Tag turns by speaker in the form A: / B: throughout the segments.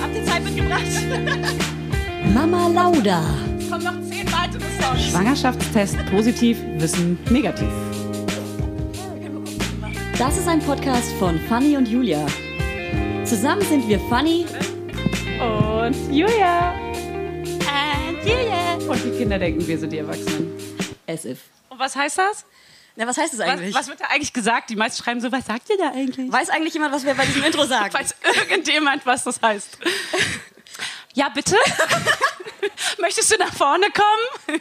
A: Habt ihr Zeit mitgebracht?
B: Mama Lauda.
A: Kommen noch zehn weitere Songs.
C: Schwangerschaftstest positiv, Wissen negativ.
B: Das ist ein Podcast von Fanny und Julia. Zusammen sind wir Fanny
C: Und Julia.
A: And yeah.
C: Und die Kinder denken, wir sind die Erwachsenen.
B: as if.
C: Und was heißt das?
B: Na, was heißt das
C: Was,
B: eigentlich?
C: was wird da eigentlich gesagt? Die meisten schreiben so, was sagt ihr da eigentlich?
B: Weiß eigentlich jemand, was wir bei diesem Intro sagen?
C: Weiß irgendjemand, was das heißt? Ja, bitte? Möchtest du nach vorne kommen?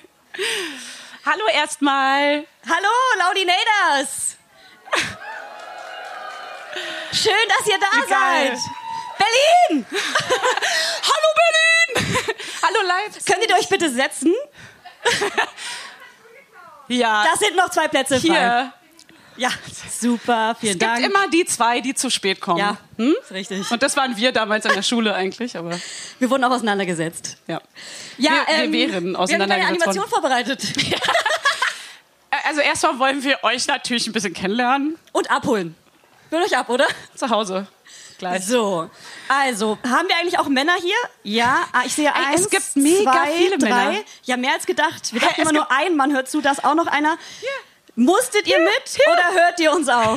C: Hallo erstmal.
B: Hallo, Laudinators! Schön, dass ihr da
C: Wie geil.
B: seid! Berlin!
C: Hallo Berlin! Hallo Leipzig.
B: Könnt ihr euch bitte setzen?
C: Ja,
B: Da sind noch zwei Plätze frei.
C: hier.
B: Ja, super, vielen
C: Es gibt
B: Dank.
C: immer die zwei, die zu spät kommen.
B: ja,
C: Hm?
B: ist richtig.
C: Und das waren wir damals an der Schule eigentlich, aber
B: Wir wurden auch auseinandergesetzt.
C: ja.
B: Ja,
C: wir,
B: ähm,
C: wir wären auseinandergesetzt
B: Wir haben eine Animation vorbereitet.
C: worden. Äh, Also erstmal wollen wir euch natürlich ein bisschen kennenlernen.
B: Und abholen. Hört euch ab, oder?
C: Zu Hause. Gleich.
B: So, also, haben wir eigentlich auch Männer hier? Ja, ah, ich sehe
C: Ey,
B: eins,
C: es gibt mega
B: zwei,
C: viele
B: drei.
C: Männer.
B: Ja, mehr als gedacht. Wir dachten
C: es
B: immer nur ein Mann hört zu, da ist auch noch einer. Musstet ihr mit oder hört ihr uns auch?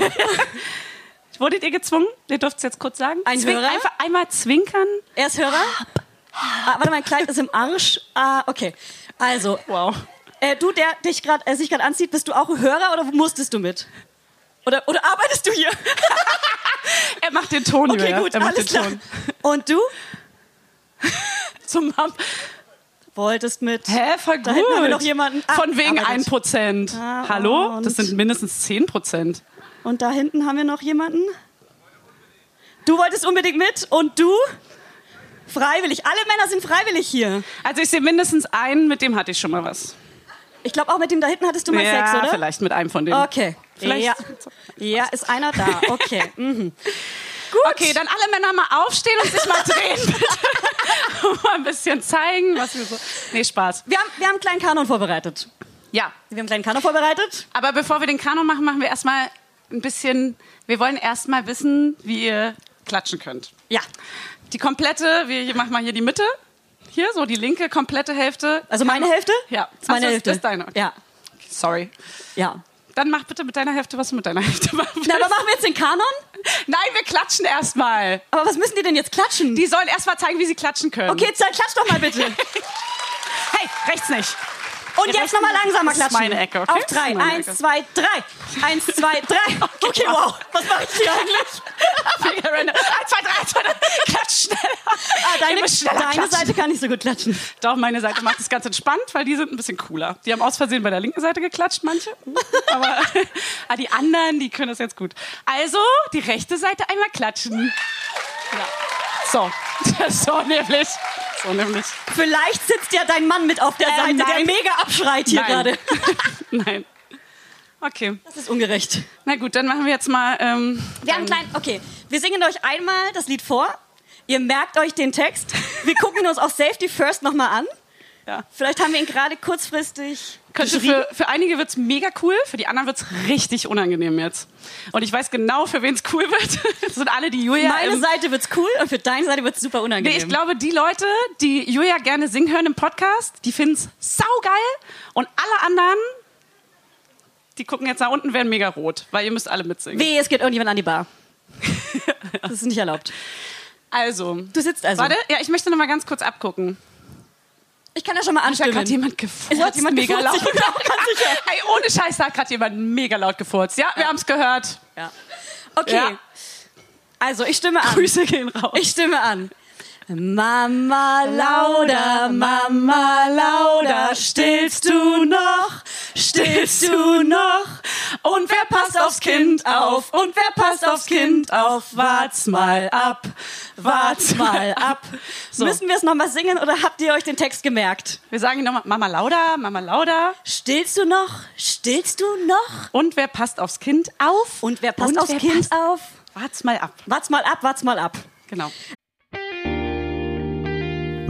C: Wurdet ihr gezwungen? Ihr dürft es jetzt kurz sagen.
B: Ein Hörer?
C: Einfach einmal zwinkern.
B: Er ist Hörer? Ah, warte, mein Kleid ist im Arsch. Ah, okay. Also,
C: Wow.
B: äh, du, der dich grad, äh, sich gerade anzieht, bist du auch ein Hörer oder musstest du mit? Oder, oder arbeitest du hier?
C: Er macht den Ton,
B: Okay,
C: Julia.
B: gut,
C: er macht
B: alles
C: den
B: klar.
C: Ton.
B: Und du
C: Zum Mom.
B: wolltest mit.
C: Hä, voll gut.
B: Da hinten haben wir noch jemanden. Ah,
C: Von wegen
B: arbeitet.
C: 1%.
B: Ah,
C: Hallo?
B: und-
C: Das sind mindestens 10%.
B: Und da hinten haben wir noch jemanden. Du wolltest unbedingt mit und du? Freiwillig. Alle Männer sind freiwillig hier.
C: Also ich sehe mindestens einen, mit dem hatte ich schon mal was.
B: Ich glaube, auch mit dem da hinten hattest du mal
C: ja,
B: Sex, oder?
C: vielleicht mit einem von denen.
B: Okay.
C: Vielleicht-
B: Ja. ja, ist einer da. Okay. Mhm. Gut.
C: Okay, dann alle Männer mal aufstehen und sich mal drehen, bitte. Und mal ein bisschen zeigen, was wir so. Nee, Spaß.
B: wir, haben, wir haben einen kleinen Kanon vorbereitet.
C: Ja,
B: Wir haben einen kleinen Kanon vorbereitet.
C: aber bevor wir den Kanon machen, machen wir erstmal ein bisschen. Wir wollen erstmal wissen, wie ihr klatschen könnt.
B: Ja.
C: Die komplette, wir hier- machen mal hier die Mitte. Hier, so die linke komplette Hälfte.
B: Also meine Hälfte?
C: Ja.
B: Ist meine
C: Ach so,
B: Hälfte.
C: ist deine, okay.
B: Ja.
C: Sorry.
B: Ja.
C: Dann mach bitte mit deiner Hälfte, was du mit deiner Hälfte machen willst.
B: Na, aber machen wir jetzt den Kanon?
C: Nein, wir klatschen erstmal.
B: Aber was müssen die denn jetzt klatschen?
C: Die sollen erstmal zeigen, wie sie klatschen können.
B: okay, jetzt klatsch doch mal bitte.
C: Hey, rechts nicht.
B: Und jetzt nochmal langsamer
C: Das ist
B: klatschen.
C: meine Ecke, okay?
B: Auf
C: Das
B: drei.
C: ist meine
B: Eins,
C: Ecke.
B: zwei, drei. Eins, zwei, drei. Okay, wow. Was mache ich hier eigentlich?
C: Mega random. Eins, zwei, drei, eins, zwei, drei. Klatsch schneller.
B: Ah,
C: Ihr
B: deine
C: müsst schneller
B: deine
C: klatschen.
B: Seite kann nicht so gut klatschen.
C: Doch, meine Seite macht es ganz entspannt, weil die sind ein bisschen cooler. Die haben aus Versehen bei der linken Seite geklatscht, manche. Aber ah, die anderen, die können das jetzt gut. Also, die rechte Seite einmal klatschen. Ja. So. So nämlich. So nämlich.
B: Vielleicht sitzt ja dein Mann mit auf der
C: Äh,
B: Seite, der
C: nein.
B: mega abschreit hier
C: Nein.
B: gerade.
C: Nein. Okay.
B: Das ist ungerecht.
C: Na gut, dann machen wir jetzt mal. Ähm,
B: Wir haben einen kleinen. Okay, wir singen euch einmal das Lied vor. Ihr merkt euch den Text. Wir gucken ihn uns auch Safety First nochmal an.
C: ja.
B: Vielleicht haben wir ihn gerade kurzfristig.
C: Könnte für, für einige wird's mega cool, für die anderen wird's richtig unangenehm jetzt. Und ich weiß genau, für wen's cool wird. Das sind alle, die Julia.
B: Meine
C: im-
B: Seite wird's cool und für deine Seite wird's super unangenehm.
C: Nee, ich glaube, die Leute, die Julia gerne singen hören im Podcast, die finden's saugeil. Und alle anderen, die gucken jetzt nach unten, werden mega rot, weil ihr müsst alle mitsingen.
B: Weh, es geht irgendjemand an die Bar. Das ist nicht erlaubt.
C: Also,
B: Du sitzt also.
C: warte, ja, ich möchte noch mal ganz kurz abgucken.
B: Ich kann ja schon mal
C: Da hat
B: anstimmen.
C: gerade jemand
B: Es
C: gefurzt.
B: hat jemand
C: mega
B: gefurzt, ich
C: laut.
B: bin auch ganz sicher.
C: Ey, ohne Scheiß, da hat gerade jemand mega laut gefurzt. Ja, wir haben's gehört.
B: Ja. Okay.
C: Ja.
B: Also ich stimme an.
C: Grüße gehen raus.
B: Ich stimme an. Mama Lauda, Mama Lauda, stillst du noch, stillst du noch?
C: Und wer passt aufs Kind auf? Und wer passt aufs Kind auf? Wart's mal ab.
B: Wart's mal ab.
C: So.
B: Müssen wir es nochmal singen oder habt ihr euch den Text gemerkt?
C: Wir sagen nochmal Mama Lauda, Mama Lauda.
B: Stillst du noch, stillst du noch?
C: Und wer passt aufs Kind auf?
B: Und wer passt aufs Kind auf?
C: Wart's mal ab.
B: Wart's mal ab, wart's mal ab.
C: Genau.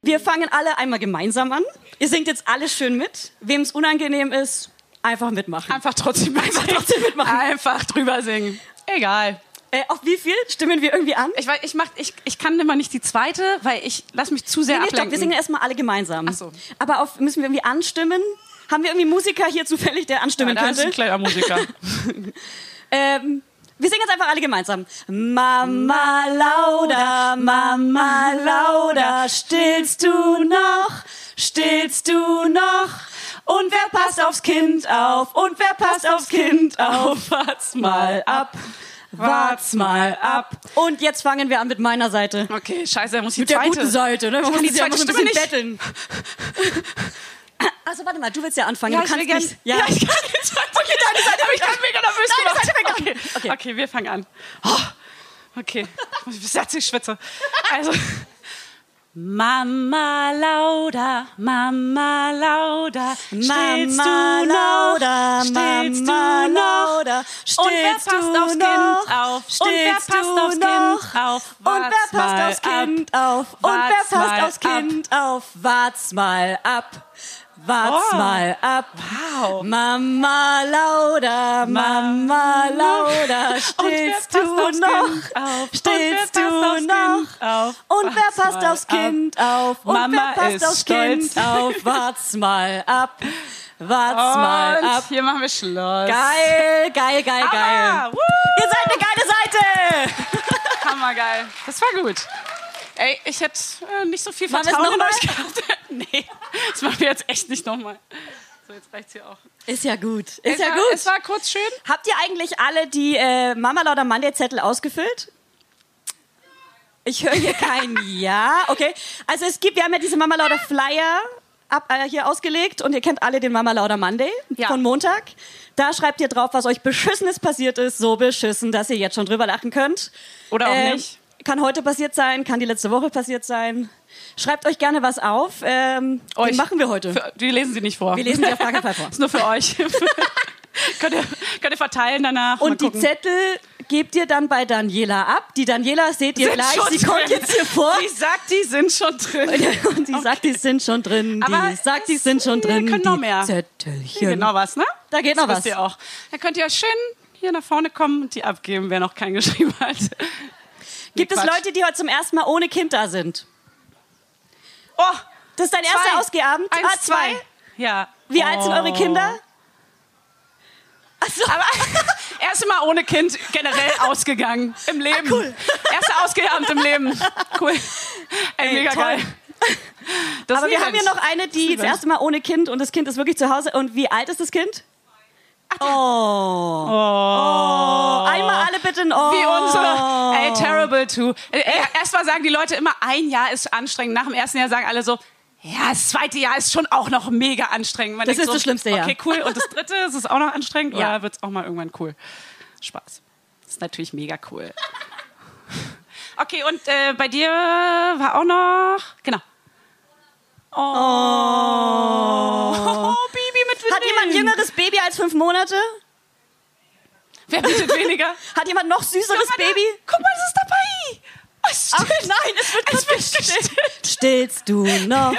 B: Wir fangen alle einmal gemeinsam an. Ihr singt jetzt alle schön mit. Wem es unangenehm ist, einfach mitmachen.
C: Einfach trotzdem, einfach
B: trotzdem mitmachen.
C: Einfach drüber singen. Egal.
B: Äh, auf wie viel stimmen wir irgendwie an?
C: Ich, weiß, ich, mach, ich, ich kann immer nicht die zweite, weil ich lass mich zu sehr
B: Nee, nee,
C: ablenken.
B: stopp, wir singen erstmal alle gemeinsam.
C: Ach so.
B: Aber auf, müssen wir irgendwie anstimmen? Haben wir irgendwie Musiker hier zufällig, der
C: ja,
B: anstimmen
C: da ist ein
B: könnte?
C: kleiner Musiker.
B: Ähm, wir singen jetzt einfach alle gemeinsam. Mama lauter, Mama lauter, stillst du noch, stillst du noch? Und wer passt aufs Kind auf? Und wer passt aufs Kind auf? Wart's mal ab, wart's mal ab. Und jetzt fangen wir an mit meiner Seite.
C: Okay, scheiße, da muss ich
B: Mit
C: die
B: der
C: zweite.
B: guten Seite, ne? Man muss
C: die
B: sich ja
C: zweite
B: noch ein
C: Stimme
B: bisschen betteln. Also warte mal, du willst ja anfangen.
C: Ja,
B: du
C: ich will
B: kannst
C: gern,
B: nicht.
C: ja. ich kann die zweite. Okay, deine Seite Aber ich kann mega nervös
B: Deine
C: gemacht.
B: Seite fängt
C: okay.
B: an. Okay.
C: Okay. wir fangen an. Oh, okay, ich setze ich schwitze. Also Mama Lauda, Mama Lauda, stillst
B: Mama
C: du noch,
B: Lauda,
C: stillst
B: Mama
C: du noch,
B: Lauda,
C: und wer
B: stillst
C: passt
B: du
C: aufs
B: noch,
C: Kind auf, und wer
B: stillst
C: passt
B: du
C: aufs
B: noch,
C: Kind auf,
B: Und wer
C: Wart's
B: passt
C: mal
B: aufs
C: ab.
B: Kind auf? Und wer
C: Wart's
B: passt
C: mal
B: aufs Kind auf? Wart's mal ab. Wart's
C: Oh.
B: mal ab.
C: Wow.
B: Mama Lauda, Mama Lauda,
C: Und wer
B: stillst
C: passt
B: du
C: aufs
B: noch?
C: Kind auf?
B: Stillst du
C: Und wer passt aufs
B: noch?
C: Kind auf?
B: Und wer
C: Wart's
B: passt
C: mal
B: aufs
C: ab.
B: Kind auf? Und
C: Mama
B: wer passt
C: ist
B: aufs
C: stolz.
B: Kind auf? Wart's mal ab. Wart's
C: Und
B: mal ab.
C: hier machen wir Schluss.
B: Geil, geil, geil, geil.
C: Hammer! Woo!
B: Ihr seid eine geile Seite.
C: Hammergeil. Das war gut. Ey, ich hätte äh, nicht so viel
B: Machen wir's
C: Vertrauen in
B: noch
C: euch gehabt. nee, das machen wir jetzt echt nicht nochmal. So, jetzt reicht's hier auch.
B: Ist ja gut. Ist
C: es
B: ja
C: war,
B: gut. Ähm,
C: Es war kurz schön.
B: Habt ihr eigentlich alle die äh, Mama lauter Monday Zettel ausgefüllt? Ich höre hier kein Ja. Okay. Also es gibt, wir haben ja diese Mama lauter Flyer ab, äh, hier ausgelegt und ihr kennt alle den Mama lauter Monday
C: Ja.
B: von Montag. Da schreibt ihr drauf, was euch beschissenes passiert ist, so beschissen, dass ihr jetzt schon drüber lachen könnt.
C: Oder auch nicht.
B: Ähm, Kann heute passiert sein, kann die letzte Woche passiert sein. Schreibt euch gerne was auf. Ähm,
C: Euch.
B: Den machen wir heute.
C: Für, wir lesen sie nicht vor.
B: Wir lesen sie auf gar keinen Fall vor.
C: Ist nur für euch. könnt, ihr, könnt ihr verteilen danach.
B: Und
C: Mal
B: die
C: gucken.
B: Zettel gebt ihr dann bei Daniela ab. Die Daniela seht ihr
C: Sind
B: gleich,
C: schon
B: sie kommt
C: drin.
B: jetzt hier vor.
C: Sie sagt, die sind schon drin.
B: Und sie sagt, die sind schon drin.
C: Aber
B: die sagt, die sind schon
C: wir
B: drin.
C: können noch
B: die
C: mehr.
B: Zettelchen.
C: Hier geht noch was, ne?
B: Da geht
C: Das
B: noch
C: wisst
B: was.
C: ihr auch. Dann könnt ihr schön hier hier nach vorne kommen und die abgeben, wer noch keinen geschrieben hat.
B: Gibt es
C: Quatsch.
B: Leute, die heute zum ersten Mal ohne Kind da sind?
C: Oh,
B: Das ist dein erster Ausgehabend?
C: Eins,
B: ah, zwei.
C: Ja. Oh.
B: Wie alt sind eure Kinder? Achso, aber
C: Erste Mal ohne Kind generell ausgegangen
B: Ah,
C: im Leben. cool. Erster Ausgeabend im Leben. Cool. Ey, mega
B: toll.
C: geil. Das
B: Aber
C: ist
B: wir
C: ein
B: haben
C: Event.
B: hier noch eine, die
C: Das
B: das erste Mal ohne Kind und das Kind ist wirklich zu Hause. Und wie alt ist das Kind? Oh. oh. Einmal alle bitte ein Oh.
C: wie unsere. Ey, terrible too. Äh, äh, Erstmal sagen die Leute immer, ein Jahr ist anstrengend. Nach dem ersten Jahr sagen alle so, ja, das zweite Jahr ist schon auch noch mega anstrengend. Man
B: Das
C: denkt
B: ist
C: so,
B: das schlimmste Jahr.
C: Okay, cool. Und das dritte, ist es auch noch anstrengend
B: Ja.
C: oder wird es auch mal irgendwann cool? Spaß. Das ist natürlich mega cool. Okay, und äh, bei dir war auch noch, genau. Oh, Baby mit
B: Hat jemand ein jüngeres Baby als fünf Monate?
C: Wer bietet weniger?
B: Hat jemand noch süßeres
C: Guck mal da,
B: Baby?
C: Guck mal, es ist dabei. Oh, es
B: Ach
C: stillt.
B: nein, es wird
C: es wird gestillt.
B: Stillst du noch?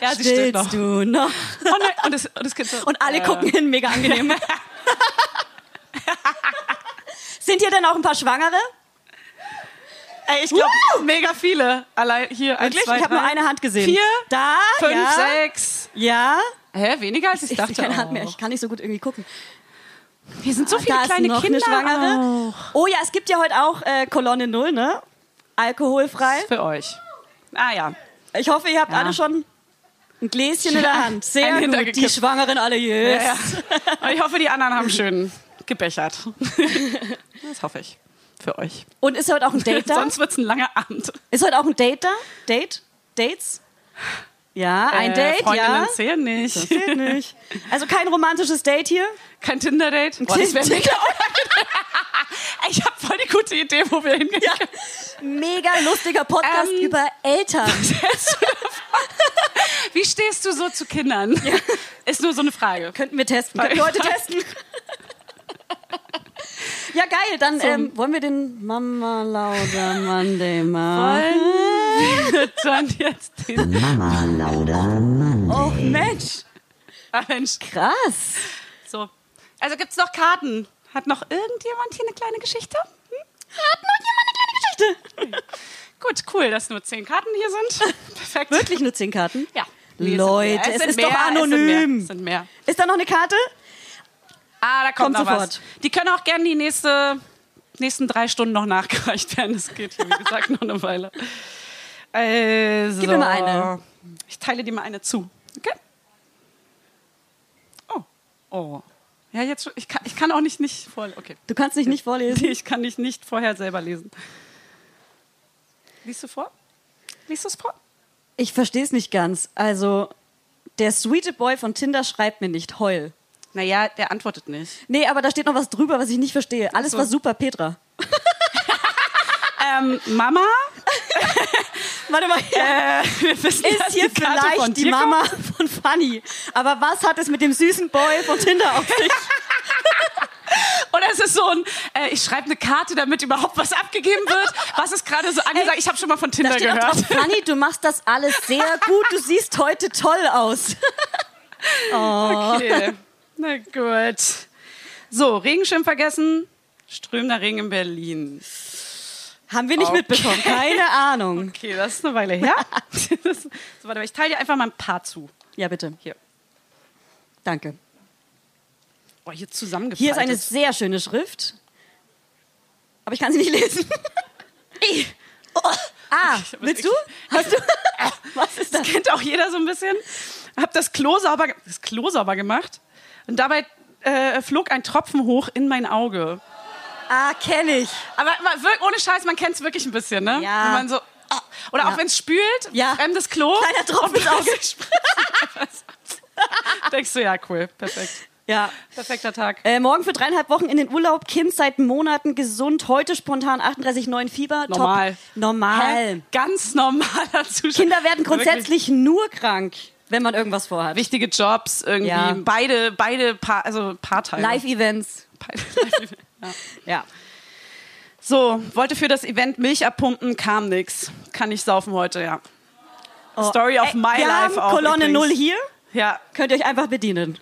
C: Ja, sie stillt
B: stillst
C: noch.
B: du noch?
C: Oh nein, und das, und das Kind so,
B: Und alle
C: äh,
B: gucken hin, mega angenehm. Sind hier denn auch ein paar Schwangere?
C: Äh,
B: Ey, ich glaube,
C: Wuhu! mega viele. Allein hier eins,
B: wirklich,
C: zwei,
B: ich habe nur
C: drei,
B: eine Hand gesehen.
C: Vier,
B: da,
C: fünf,
B: ja,
C: sechs.
B: ja.
C: Hä, weniger als ich,
B: Ich
C: dachte.
B: sehe keine Hand mehr.
C: auch.
B: Ich kann nicht so gut irgendwie gucken. Ah,
C: Hier sind so viele
B: da
C: kleine
B: ist noch
C: Kinder.
B: eine Schwangere. Oh ja, es gibt ja heute auch äh, Kolonne Null, ne? Alkoholfrei.
C: Auch. Für euch. Ah ja.
B: Ich hoffe, ihr habt
C: Ja.
B: alle schon ein Gläschen in der Hand.
C: einen
B: Sehr gut.
C: hintergekippt.
B: Die Schwangeren alle, yes.
C: Ja, ja. Aber ich hoffe, die anderen haben schön gebechert. Das hoffe ich. Für euch.
B: Und ist heute auch ein Date da?
C: Sonst wird es ein langer Abend.
B: Ist heute auch ein Date da? Date? Dates? Ja, ein
C: Äh,
B: Date,
C: Freundinnen
B: ja.
C: zählen nicht.
B: Zählt nicht. Also kein romantisches Date hier.
C: Kein Tinder-Date? Boah, das wär mega unangenehm. Ich habe voll die gute Idee, wo wir hingehen. können.
B: Mega lustiger Podcast
C: Ähm.
B: über Eltern.
C: Wie stehst du so zu Kindern? Ist nur so eine Frage.
B: Könnten wir testen. Könnten wir heute testen. Ja, geil. Dann ähm, wollen wir den Mama Lauda Monday mal.
C: Dann jetzt den
B: Oh, Mensch.
C: Ah, Mensch.
B: Krass.
C: So. Also gibt's noch Karten? Hat noch irgendjemand hier eine kleine Geschichte? Hm? Hat noch jemand eine kleine Geschichte? Gut, cool, dass nur zehn Karten hier sind. Perfekt.
B: Wirklich nur zehn Karten?
C: Ja. es sind
B: Leute,
C: mehr.
B: es
C: sind
B: ist
C: mehr,
B: doch
C: Es sind
B: anonym.
C: mehr. Es sind mehr.
B: Ist da noch eine Karte?
C: Ah, da kommt,
B: Kommt
C: noch was.
B: sofort.
C: Die können auch gerne die nächste, nächsten drei Stunden noch nachgereicht werden. Das geht hier, wie gesagt, noch eine Weile. Also,
B: Gib mir mal eine.
C: Ich teile dir mal eine zu. Okay? Oh. Oh. Ja, jetzt schon. Ich kann, ich kann auch nicht, nicht vorlesen. Okay.
B: Du kannst dich nicht vorlesen.
C: Nee, ich kann dich nicht vorher selber lesen. Liest du vor? Liest du es vor?
B: Ich verstehe es nicht ganz. Also, der sweete Boy von Tinder schreibt mir nicht, heul.
C: Naja, der antwortet nicht.
B: Nee, aber da steht noch was drüber, was ich nicht verstehe. Alles
C: so.
B: war super, Petra.
C: Ähm, Mama,
B: Warte mal,
C: wir wissen, dass
B: ist hier
C: die Karte von
B: vielleicht die
C: dir kommt.
B: Mama von Fanny. Aber was hat es mit dem süßen Boy von Tinder auf sich?
C: Oder es ist so ein, äh, ich schreibe eine Karte, damit überhaupt was abgegeben wird. Was ist gerade so angesagt? Ich habe schon mal von
B: Da
C: Tinder
B: steht auch
C: gehört.
B: drauf, Fanny, du machst das alles sehr gut. Du siehst heute toll aus.
C: Okay. Na gut. So, Regenschirm vergessen. Strömender Regen in Berlin.
B: Haben wir nicht
C: Okay.
B: mitbekommen. Keine Ahnung.
C: Okay, das ist eine Weile her. Das, so, warte mal, ich teile dir einfach mal ein paar zu.
B: Ja, bitte.
C: Hier.
B: Danke.
C: Oh, hier zusammengefaltet.
B: Hier ist eine sehr schöne Schrift. Aber ich kann sie nicht lesen. Ih. oh. Ah,
C: Ich hab was
B: willst du? Hast du? Was ist das?
C: Das kennt auch jeder so ein bisschen. Hab das Klo sauber, ge- das Klo sauber gemacht. Und dabei äh, flog ein Tropfen hoch in mein Auge.
B: Ah, kenne ich.
C: Aber man, wirk- ohne Scheiß, man kennt es wirklich ein bisschen, ne?
B: Ja.
C: Wenn man so, ah, oder auch wenn es spült,
B: Ja.
C: fremdes Klo.
B: Kleiner Tropfen ins Auge.
C: Denkst du, ja, cool, perfekt.
B: Ja.
C: Perfekter Tag.
B: Äh, morgen für dreieinhalb Wochen in den Urlaub. Kind seit Monaten gesund. Heute spontan 38,9 Fieber.
C: Normal.
B: Top. Normal.
C: Hä? Ganz normaler Zustand.
B: Kinder werden
C: Wirklich.
B: grundsätzlich nur krank, wenn man irgendwas vorhat.
C: Wichtige Jobs, irgendwie
B: Ja.
C: beide, beide Paar, also Paarteile.
B: Live-Events.
C: Beide live. ja.
B: Ja.
C: So, wollte für das Event Milch abpumpen, kam nix. Kann ich saufen heute, ja.
B: Oh.
C: Story of
B: Ey,
C: my
B: wir
C: life
B: haben
C: auch
B: Kolonne
C: übrigens.
B: null hier.
C: Ja,
B: Könnt ihr euch einfach bedienen.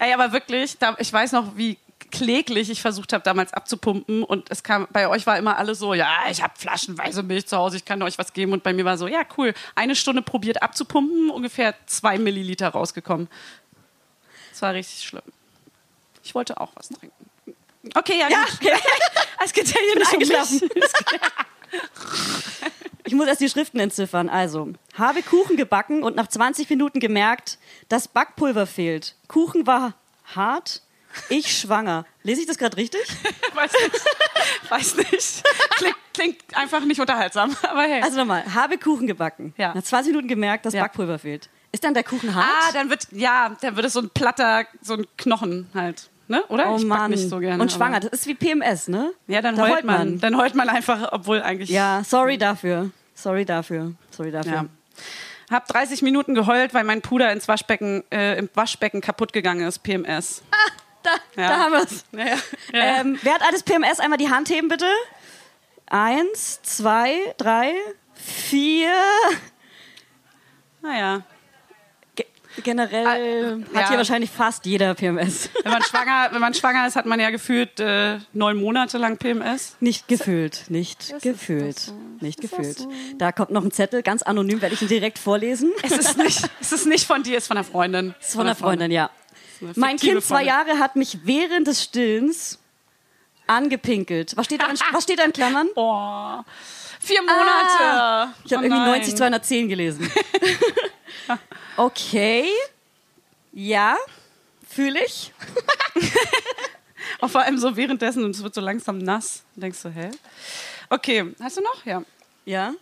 C: ey, aber wirklich, da, ich weiß noch, wie kläglich ich versucht habe, damals abzupumpen. Und es kam, bei euch war immer alle so, ja, ich habe flaschenweise Milch zu Hause, ich kann euch was geben. Und bei mir war so, ja, cool. Eine Stunde probiert abzupumpen, ungefähr zwei Milliliter rausgekommen. Das war richtig schlimm. Ich wollte auch was trinken. Okay, ja, gut.
B: Es geht ja hier
C: nicht um
B: Ich muss erst die Schriften entziffern. Also, habe Kuchen gebacken und nach 20 Minuten gemerkt, dass Backpulver fehlt. Kuchen war hart, ich schwanger. Lese ich das gerade richtig?
C: Weiß nicht. Weiß nicht. Klingt, klingt einfach nicht unterhaltsam, aber hey.
B: Also nochmal, habe Kuchen gebacken.
C: Ja.
B: Nach 20 Minuten gemerkt, dass
C: Ja.
B: Backpulver fehlt. Ist dann der Kuchen
C: ah,
B: hart?
C: dann wird, ja, dann wird es so ein platter, so ein Knochen halt. Ne? Oder?
B: oh
C: ich back
B: Mann.
C: nicht so gerne.
B: und schwanger,
C: aber-
B: das ist wie PMS, ne?
C: Ja, dann
B: Da
C: heult man. Dann heult man einfach, obwohl eigentlich.
B: Ja, sorry dafür. Sorry dafür. Sorry dafür.
C: ja. Hab 30 Minuten geheult, weil mein Puder ins Waschbecken, äh, im Waschbecken kaputt gegangen ist. PMS.
B: Da,
C: Ja.
B: da haben wir es.
C: Naja.
B: Ähm, wer hat alles PMS? Einmal die Hand heben, bitte. Eins, zwei, drei, vier.
C: naja.
B: Ge generell
C: Ah,
B: hat
C: ja.
B: hier wahrscheinlich fast jeder PMS.
C: Wenn man, schwanger, wenn man schwanger ist, hat man ja gefühlt äh, neun Monate lang PMS.
B: Nicht gefühlt, nicht gefühlt, nicht gefühlt. Da kommt noch ein Zettel, ganz anonym, werde ich ihn direkt vorlesen.
C: Es ist nicht, es ist nicht von dir, es ist von der Freundin.
B: Ist von der Freundin, ja.
C: Eine
B: Mein
C: fiktive
B: Kind, zwei
C: Freundin.
B: Jahre, hat mich während des Stillens angepinkelt. Was steht da in, was steht da in Klammern?
C: Oh, vier Monate.
B: Ah. Ich habe
C: oh
B: irgendwie
C: nein.
B: 90, 210 gelesen. okay. Ja, fühle ich.
C: Auch vor allem so währenddessen und es wird so langsam nass. Und denkst du, hä? Okay, hast du noch? Ja.
B: Ja.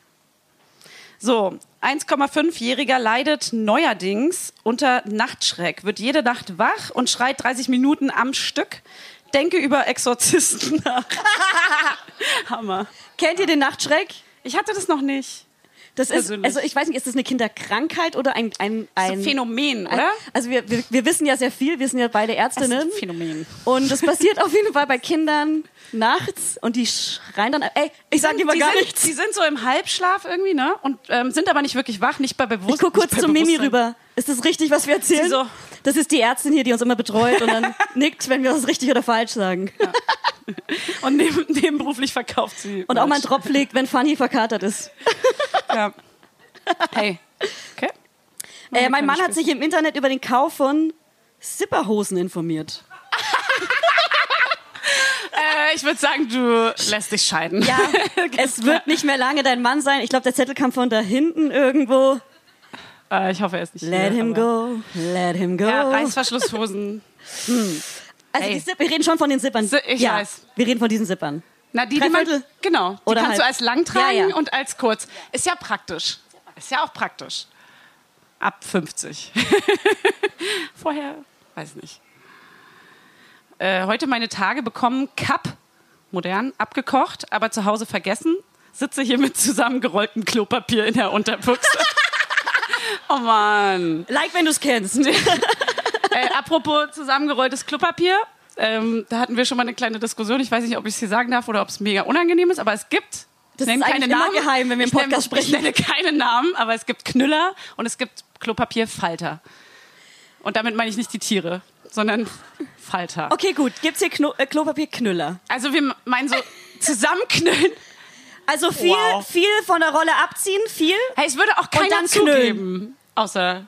C: So, 1,5-Jähriger leidet neuerdings unter Nachtschreck, wird jede Nacht wach und schreit 30 Minuten am Stück. Denke über Exorzisten nach. Hammer.
B: Kennt ihr den Nachtschreck?
C: Ich hatte das noch nicht.
B: Das ist,
C: Persönlich.
B: also ich weiß nicht, ist das eine Kinderkrankheit oder ein, ein,
C: Das ist
B: ein
C: ein Phänomen,
B: ein-
C: oder?
B: Also wir, wir, wir wissen ja sehr viel, wir sind ja beide
C: Das ist
B: Ärztinnen.
C: ein Phänomen.
B: Und das passiert auf jeden Fall bei Kindern nachts und die schreien dann, ey, ich sag dir mal
C: die
B: gar
C: sind,
B: nichts.
C: Die sind so im Halbschlaf irgendwie, ne? Und ähm, sind aber nicht wirklich wach, nicht bei Bewusstsein.
B: Ich guck kurz zu Mimi rüber. Ist das richtig, was wir erzählen?
C: Sie so-
B: das ist die Ärztin hier, die uns immer betreut und dann nickt, wenn wir was richtig oder falsch sagen.
C: Und neben, nebenberuflich verkauft sie.
B: Und auch mal einen Tropf legt, wenn Fanny verkatert ist.
C: Ja. Hey. Okay.
B: Äh, mein
C: kann
B: Mann
C: ich
B: hat sich im Internet über den Kauf von Zipperhosen informiert.
C: Äh, ich würde sagen, du lässt dich scheiden.
B: Ja, es wird nicht mehr lange dein Mann sein. Ich glaube, der Zettel kam von da hinten irgendwo.
C: Äh, ich hoffe, er ist nicht hier,
B: Let him
C: aber-
B: go, let him go.
C: Ja, Reißverschlusshosen.
B: also
C: ey.
B: die Sipp, wir reden schon von den Sippern.
C: Si- ich
B: ja,
C: weiß.
B: Wir reden von diesen Sippern.
C: Na, die, die man,
B: Dreiviertel.
C: genau. Die
B: Oder
C: kannst du
B: halb.
C: als lang tragen
B: Ja, ja.
C: und als kurz. Ist ja praktisch. Ist ja auch praktisch. Ab 50. Vorher, weiß nicht. Äh, heute meine Tage bekommen Cup, modern, abgekocht, aber zu Hause vergessen. Sitze hier mit zusammengerolltem Klopapier in der Unterbuchse. oh Mann.
B: Like, wenn du es kennst.
C: Äh, apropos zusammengerolltes Klopapier. Ähm, da hatten wir schon mal eine kleine Diskussion. Ich weiß nicht, ob ich es hier sagen darf oder ob es mega unangenehm ist, aber es gibt.
B: Das
C: ich nenne
B: ist eigentlich immer geheim, wenn wir im
C: Ich nenne-
B: Podcast sprechen.
C: Ich nenne keine Namen, aber es gibt Knüller und es gibt Klopapierfalter. Und damit meine ich nicht die Tiere, sondern Falter.
B: Okay, gut. Gibt's hier Kno äh, Klopapierknüller?
C: Also wir meinen so zusammenknüllen.
B: Also viel,
C: Wow.
B: viel von der Rolle abziehen, viel.
C: Hey, es würde auch keiner
B: dann knüllen.
C: zugeben. Außer.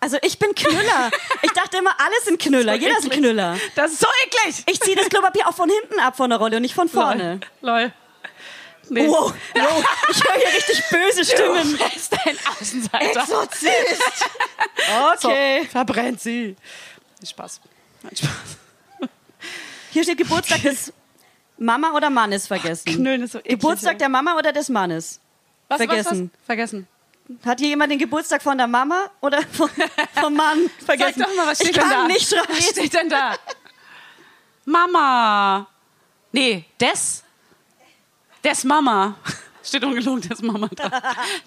B: Also ich bin Knüller. Ich dachte immer, alle sind Knüller. Jeder ist ein
C: eklig.
B: Knüller.
C: Das ist so eklig!
B: Ich ziehe das Klopapier auch von hinten ab von der Rolle und nicht von vorne.
C: Lol. Lol. Nee.
B: Wow, wow. Ich höre hier richtig böse Stimmen.
C: Du bist ein Außenseiter.
B: Exorzist.
C: So,
B: Okay.
C: verbrennt sie. Viel Spaß. Nein, Spaß.
B: Hier steht Geburtstag des Mama oder Mannes vergessen.
C: Knüllen ist so eklig.
B: Geburtstag der Mama oder des Mannes?
C: was,
B: vergessen.
C: Was, was? Vergessen.
B: Hat hier jemand den Geburtstag von der Mama oder von, vom Mann vergessen?
C: Sag doch mal, was steht
B: ich
C: denn
B: kann
C: da?
B: nicht schreiben.
C: was steht denn da? Mama. Nee, des. Des Mama. Steht ungelogen, des Mama da.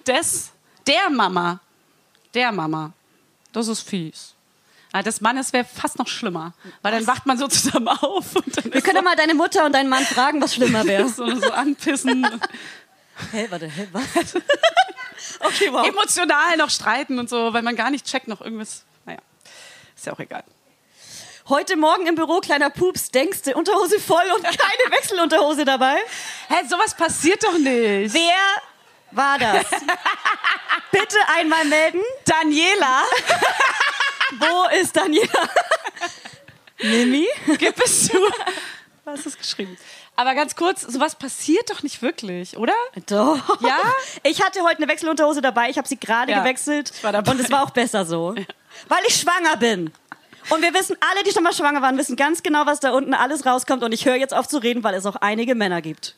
C: Des. Der Mama. Der Mama. Das ist fies. Ah, des Mannes wäre fast noch schlimmer, weil dann wacht man so zusammen auf und dann
B: Wir
C: ist
B: können ja mal deine Mutter und deinen Mann fragen, was schlimmer wäre.
C: so, so anpissen.
B: Hä, warte, hä, was? Okay, wow.
C: emotional noch streiten und so, weil man gar nicht checkt noch irgendwas. Naja, ist ja auch egal.
B: Heute Morgen im Büro, kleiner Pups, denkste, Unterhose voll und keine Wechselunterhose dabei.
C: Hä, sowas passiert doch nicht.
B: Wer war das? Bitte einmal melden. Daniela. Wo ist Daniela? Mimi?
C: Gib es zu. Du hast es geschrieben. Aber ganz kurz, sowas passiert doch nicht wirklich, oder?
B: Doch.
C: Ja?
B: Ich hatte heute eine Wechselunterhose dabei. Ich habe sie gerade
C: Ja,
B: gewechselt.
C: ich war dabei.
B: Und es war auch besser so. Weil ich schwanger bin. Und wir wissen, alle, die schon mal schwanger waren, wissen ganz genau, was da unten alles rauskommt. Und ich höre jetzt auf zu reden, weil es auch einige Männer gibt.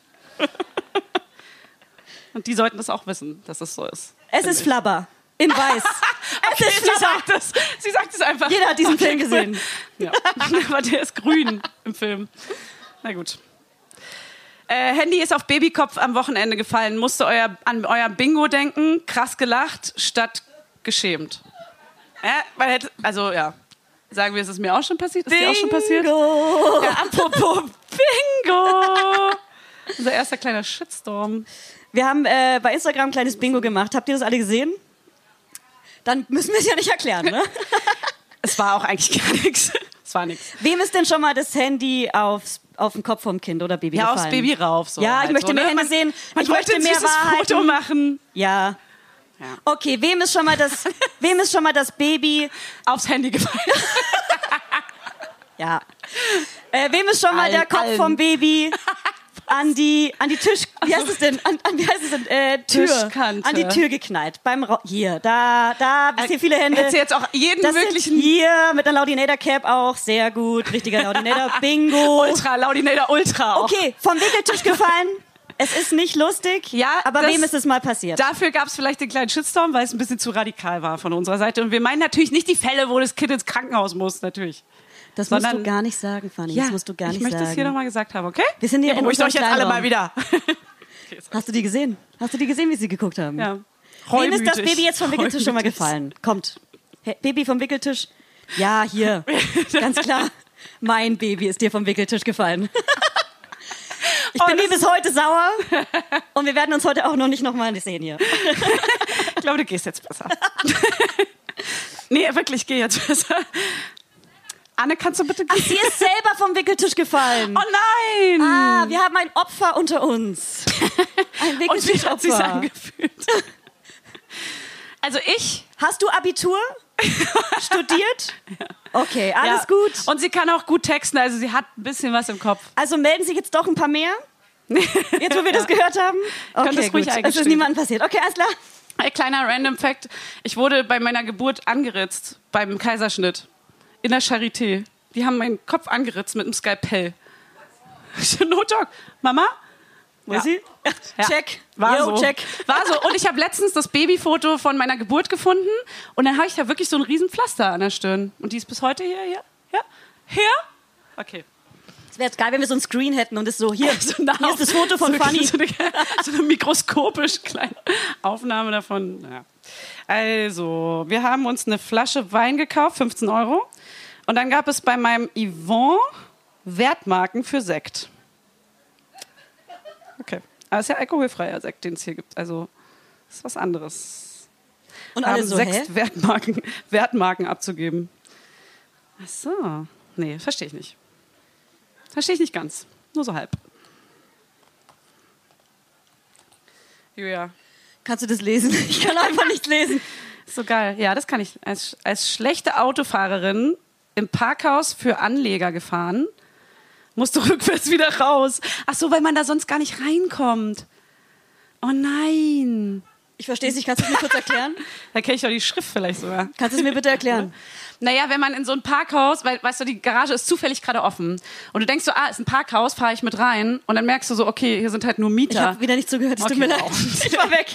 C: Und die sollten das auch wissen, dass es so ist.
B: Es ist Flabber. In weiß. es ist
C: Sie
B: Flabber.
C: sagt es. Sie sagt es einfach.
B: Jeder hat diesen
C: Okay,
B: Film
C: cool.
B: gesehen.
C: Ja. Aber der ist grün im Film. Na gut. Äh, Handy ist auf Babykopf am Wochenende gefallen. Musste euer, an euer Bingo denken. Krass gelacht statt geschämt. Äh, weil hätte, also ja, sagen wir, es ist mir auch schon passiert. Ist dir auch schon passiert?
B: Bingo.
C: Ja, apropos Bingo. Unser erster kleiner Shitstorm.
B: Wir haben äh, bei Instagram ein kleines Bingo gemacht. Habt ihr das alle gesehen? Dann müssen wir es ja nicht erklären, ne?
C: Es war auch eigentlich gar nichts. Es war nichts.
B: Wem ist denn schon mal das Handy aufs, auf den Kopf vom Kind oder Baby
C: Ja,
B: gefallen?
C: aufs Baby rauf. So
B: Ja, ich
C: halt
B: möchte
C: so,
B: mehr
C: ne?
B: Hände
C: Man-
B: sehen.
C: Man
B: Ich möchte
C: wollte ein
B: mehr
C: süßes
B: Wahrheiten.
C: Foto machen.
B: Ja.
C: Ja.
B: Okay, wem ist schon mal das, wem ist schon mal das Baby,
C: Aufs Handy gefallen.
B: ja. Äh, wem ist schon mal
C: Allen,
B: der Kopf
C: allen.
B: vom Baby an die, an die Tisch, wie heißt es denn, an, an wie heißt es denn, äh, Tür,
C: Tischkante.
B: an die Tür geknallt, beim, Ra hier, da, da, bis hier viele Hände.
C: Hättest du jetzt auch jeden
B: das sind
C: möglichen
B: hier mit einer Laudinator Cap auch, sehr gut, richtiger Laudinator, Bingo.
C: Ultra, Laudinator Ultra. Auch.
B: Okay, vom Wickeltisch gefallen, es ist nicht lustig,
C: Ja,
B: aber
C: das-
B: wem ist es mal passiert?
C: Dafür gab es vielleicht den kleinen Shitstorm, weil es ein bisschen zu radikal war von unserer Seite. Und wir meinen natürlich nicht die Fälle, wo das Kind ins Krankenhaus muss, natürlich.
B: Das musst
C: sondern-
B: du gar nicht sagen, Fanny, das musst du gar
C: ich
B: nicht
C: möchte
B: sagen.
C: es hier nochmal gesagt haben, okay?
B: Wir sind hier
C: Ihr
B: in
C: beruhigt
B: unserem
C: euch jetzt
B: Kleinraum.
C: alle mal wieder.
B: Hast du die gesehen? Hast du die gesehen, wie sie geguckt haben?
C: ja.
B: Wem ist das
C: Reumütig.
B: Baby jetzt vom Wickeltisch schon mal
C: Reumütig.
B: gefallen? Kommt. Hä, Baby vom Wickeltisch? Ja, hier. Ganz klar. Mein Baby ist dir vom Wickeltisch gefallen. Ich
C: Oh,
B: bin
C: das
B: mir bis heute sauer und wir werden uns heute auch noch nicht nochmal sehen hier.
C: Ich glaube, du gehst jetzt besser. nee, wirklich, geh jetzt besser. Anne, kannst du bitte
B: Ach,
C: gehen?
B: sie ist selber vom Wickeltisch gefallen.
C: Oh nein!
B: Ah, wir haben ein Opfer unter uns. Ein
C: Und wie hat sich's
B: Wickeltischopfer.
C: angefühlt? Also ich.
B: Hast du Abitur? Studiert? Okay, alles
C: ja.
B: gut.
C: Und sie kann auch gut texten, also sie hat ein bisschen was im Kopf.
B: Also melden Sie jetzt doch ein paar mehr, jetzt wo wir das gehört haben.
C: könnt das ruhig
B: Es ist
C: eingestehen.
B: niemandem passiert. Okay, alles klar.
C: Ein kleiner Random Fact. Ich wurde bei meiner Geburt angeritzt, beim Kaiserschnitt. In der Charité. Die haben meinen Kopf angeritzt mit einem Skalpell. No talk. Mama?
B: Wo
C: Ja.
B: ist sie?
C: Ja.
B: Check.
C: War
B: Yo,
C: so.
B: check.
C: War so. Und ich habe letztens das Babyfoto von meiner Geburt gefunden. Und dann habe ich da wirklich so ein riesen Pflaster an der Stirn. Und die ist bis heute hier, hier, hier, hier. Okay.
B: Es wäre jetzt geil, wenn wir so ein Screen hätten und es so hier,
C: So eine
B: hier ist das Foto
C: so
B: von
C: eine-
B: Fanny.
C: So eine, so eine mikroskopisch kleine Aufnahme davon. Ja. Also, wir haben uns eine Flasche Wein gekauft, 15 Euro. Und dann gab es bei meinem Yvon Wertmarken für Sekt. Okay. Aber es ist ja alkoholfreier Sekt, den es hier gibt. Also, das ist was anderes.
B: Und
C: Wir haben
B: alle so, hä?
C: sechs Wertmarken, Wertmarken abzugeben. Ach so. Nee, verstehe ich nicht. Verstehe ich nicht ganz. Nur so halb. Julia.
B: Kannst du das lesen? Ich kann einfach nicht lesen.
C: Ist so geil. Ja, das kann ich. Als, als schlechte Autofahrerin im Parkhaus für Anleger gefahren, musste rückwärts wieder raus. Ach so, weil man da sonst gar nicht reinkommt. Oh nein.
B: Ich verstehe es nicht. Kannst du es mir kurz erklären?
C: Da kenne ich doch die Schrift vielleicht sogar.
B: Kannst du es mir bitte erklären?
C: Naja, wenn man in so ein Parkhaus, weil, weißt du, die Garage ist zufällig gerade offen. Und du denkst so, ah, ist ein Parkhaus, fahre ich mit rein. Und dann merkst du so, okay, hier sind halt nur
B: Ich
C: Mieter.
B: habe wieder nicht zugehört. Es
C: Okay,
B: tut mir leid.
C: wow.
B: Ich war weg.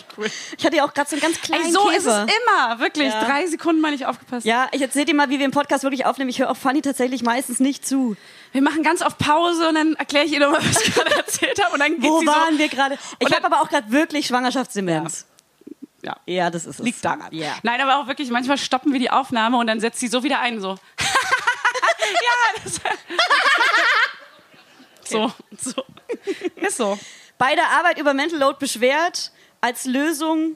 B: Ich hatte ja auch gerade so einen ganz kleinen
C: Ey, so
B: Käfer.
C: ist es immer, wirklich.
B: Ja.
C: Drei Sekunden mal nicht aufgepasst.
B: Ja, jetzt seht ihr mal, wie wir im Podcast wirklich aufnehmen. Ich höre auch Fanny tatsächlich meistens nicht zu.
C: Wir machen ganz oft Pause und dann erkläre ich ihr nochmal, was ich gerade erzählt habe. Und dann geht
B: Wo
C: sie
B: waren
C: so,
B: wir gerade? Ich
C: Und
B: habe
C: dann-
B: aber auch gerade wirklich Schwangerschaftsdemenz.
C: Ja.
B: Ja. das ist es.
C: Liegt daran.
B: Ja.
C: Nein, aber auch wirklich, manchmal stoppen wir die Aufnahme und dann setzt sie so wieder ein, so. ja, das So, so. Ist so.
B: Bei der Arbeit über Mental Load beschwert, als Lösung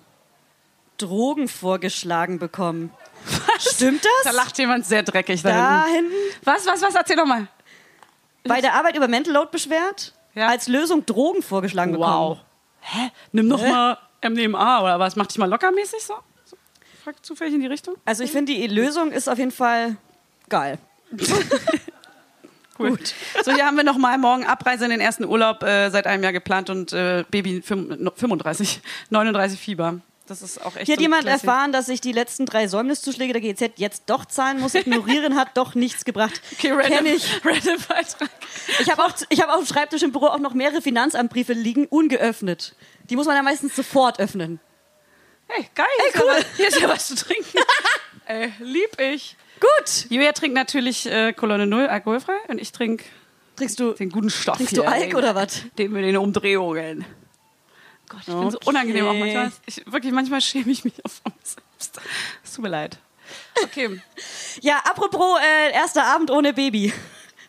B: Drogen vorgeschlagen bekommen. Stimmt das?
C: Da lacht jemand sehr dreckig da
B: da
C: hinten.
B: hinten.
C: Was, was, was? Erzähl nochmal.
B: Bei der Arbeit über Mental Load beschwert?
C: Ja.
B: Als Lösung Drogen vorgeschlagen
C: Wow.
B: bekommen.
C: Hä? Nimm doch mal MDMA oder was? Mach dich mal lockermäßig so? so? Frag zufällig in die Richtung.
B: Also ich finde, die Lösung ist auf jeden Fall geil.
C: Cool. Gut. So, hier haben wir nochmal morgen Abreise in den ersten Urlaub äh, seit einem Jahr geplant und äh, Baby fünf- no- 35, 39 Fieber. Das ist auch
B: Hier
C: echt.
B: hat
C: so ein
B: jemand
C: Classic.
B: erfahren, dass ich die letzten drei Säumniszuschläge der GEZ jetzt doch zahlen muss. Ignorieren hat doch nichts gebracht.
C: Okay, random,
B: Kenn ich.
C: random Beitrag.
B: Ich habe auch, ich hab auf dem Schreibtisch im Büro auch noch mehrere Finanzamtbriefe liegen, ungeöffnet. Die muss man dann meistens sofort öffnen.
C: Hey, geil. Hey, cool. hier ist ja was zu trinken. Ey, lieb ich.
B: Gut.
C: Julia trinkt natürlich äh, Kolonne Null, alkoholfrei, und ich trinke
B: Trinkst du,
C: den guten Stoff.
B: trinkst
C: hier,
B: du Alk
C: den-
B: oder was?
C: Den mit den Umdrehungen. Gott, ich bin so
B: Okay.
C: unangenehm auch manchmal. Ich, wirklich, manchmal schäme ich mich auch von mir selbst. Es tut mir leid. Okay.
B: Ja, apropos äh, erster Abend ohne Baby.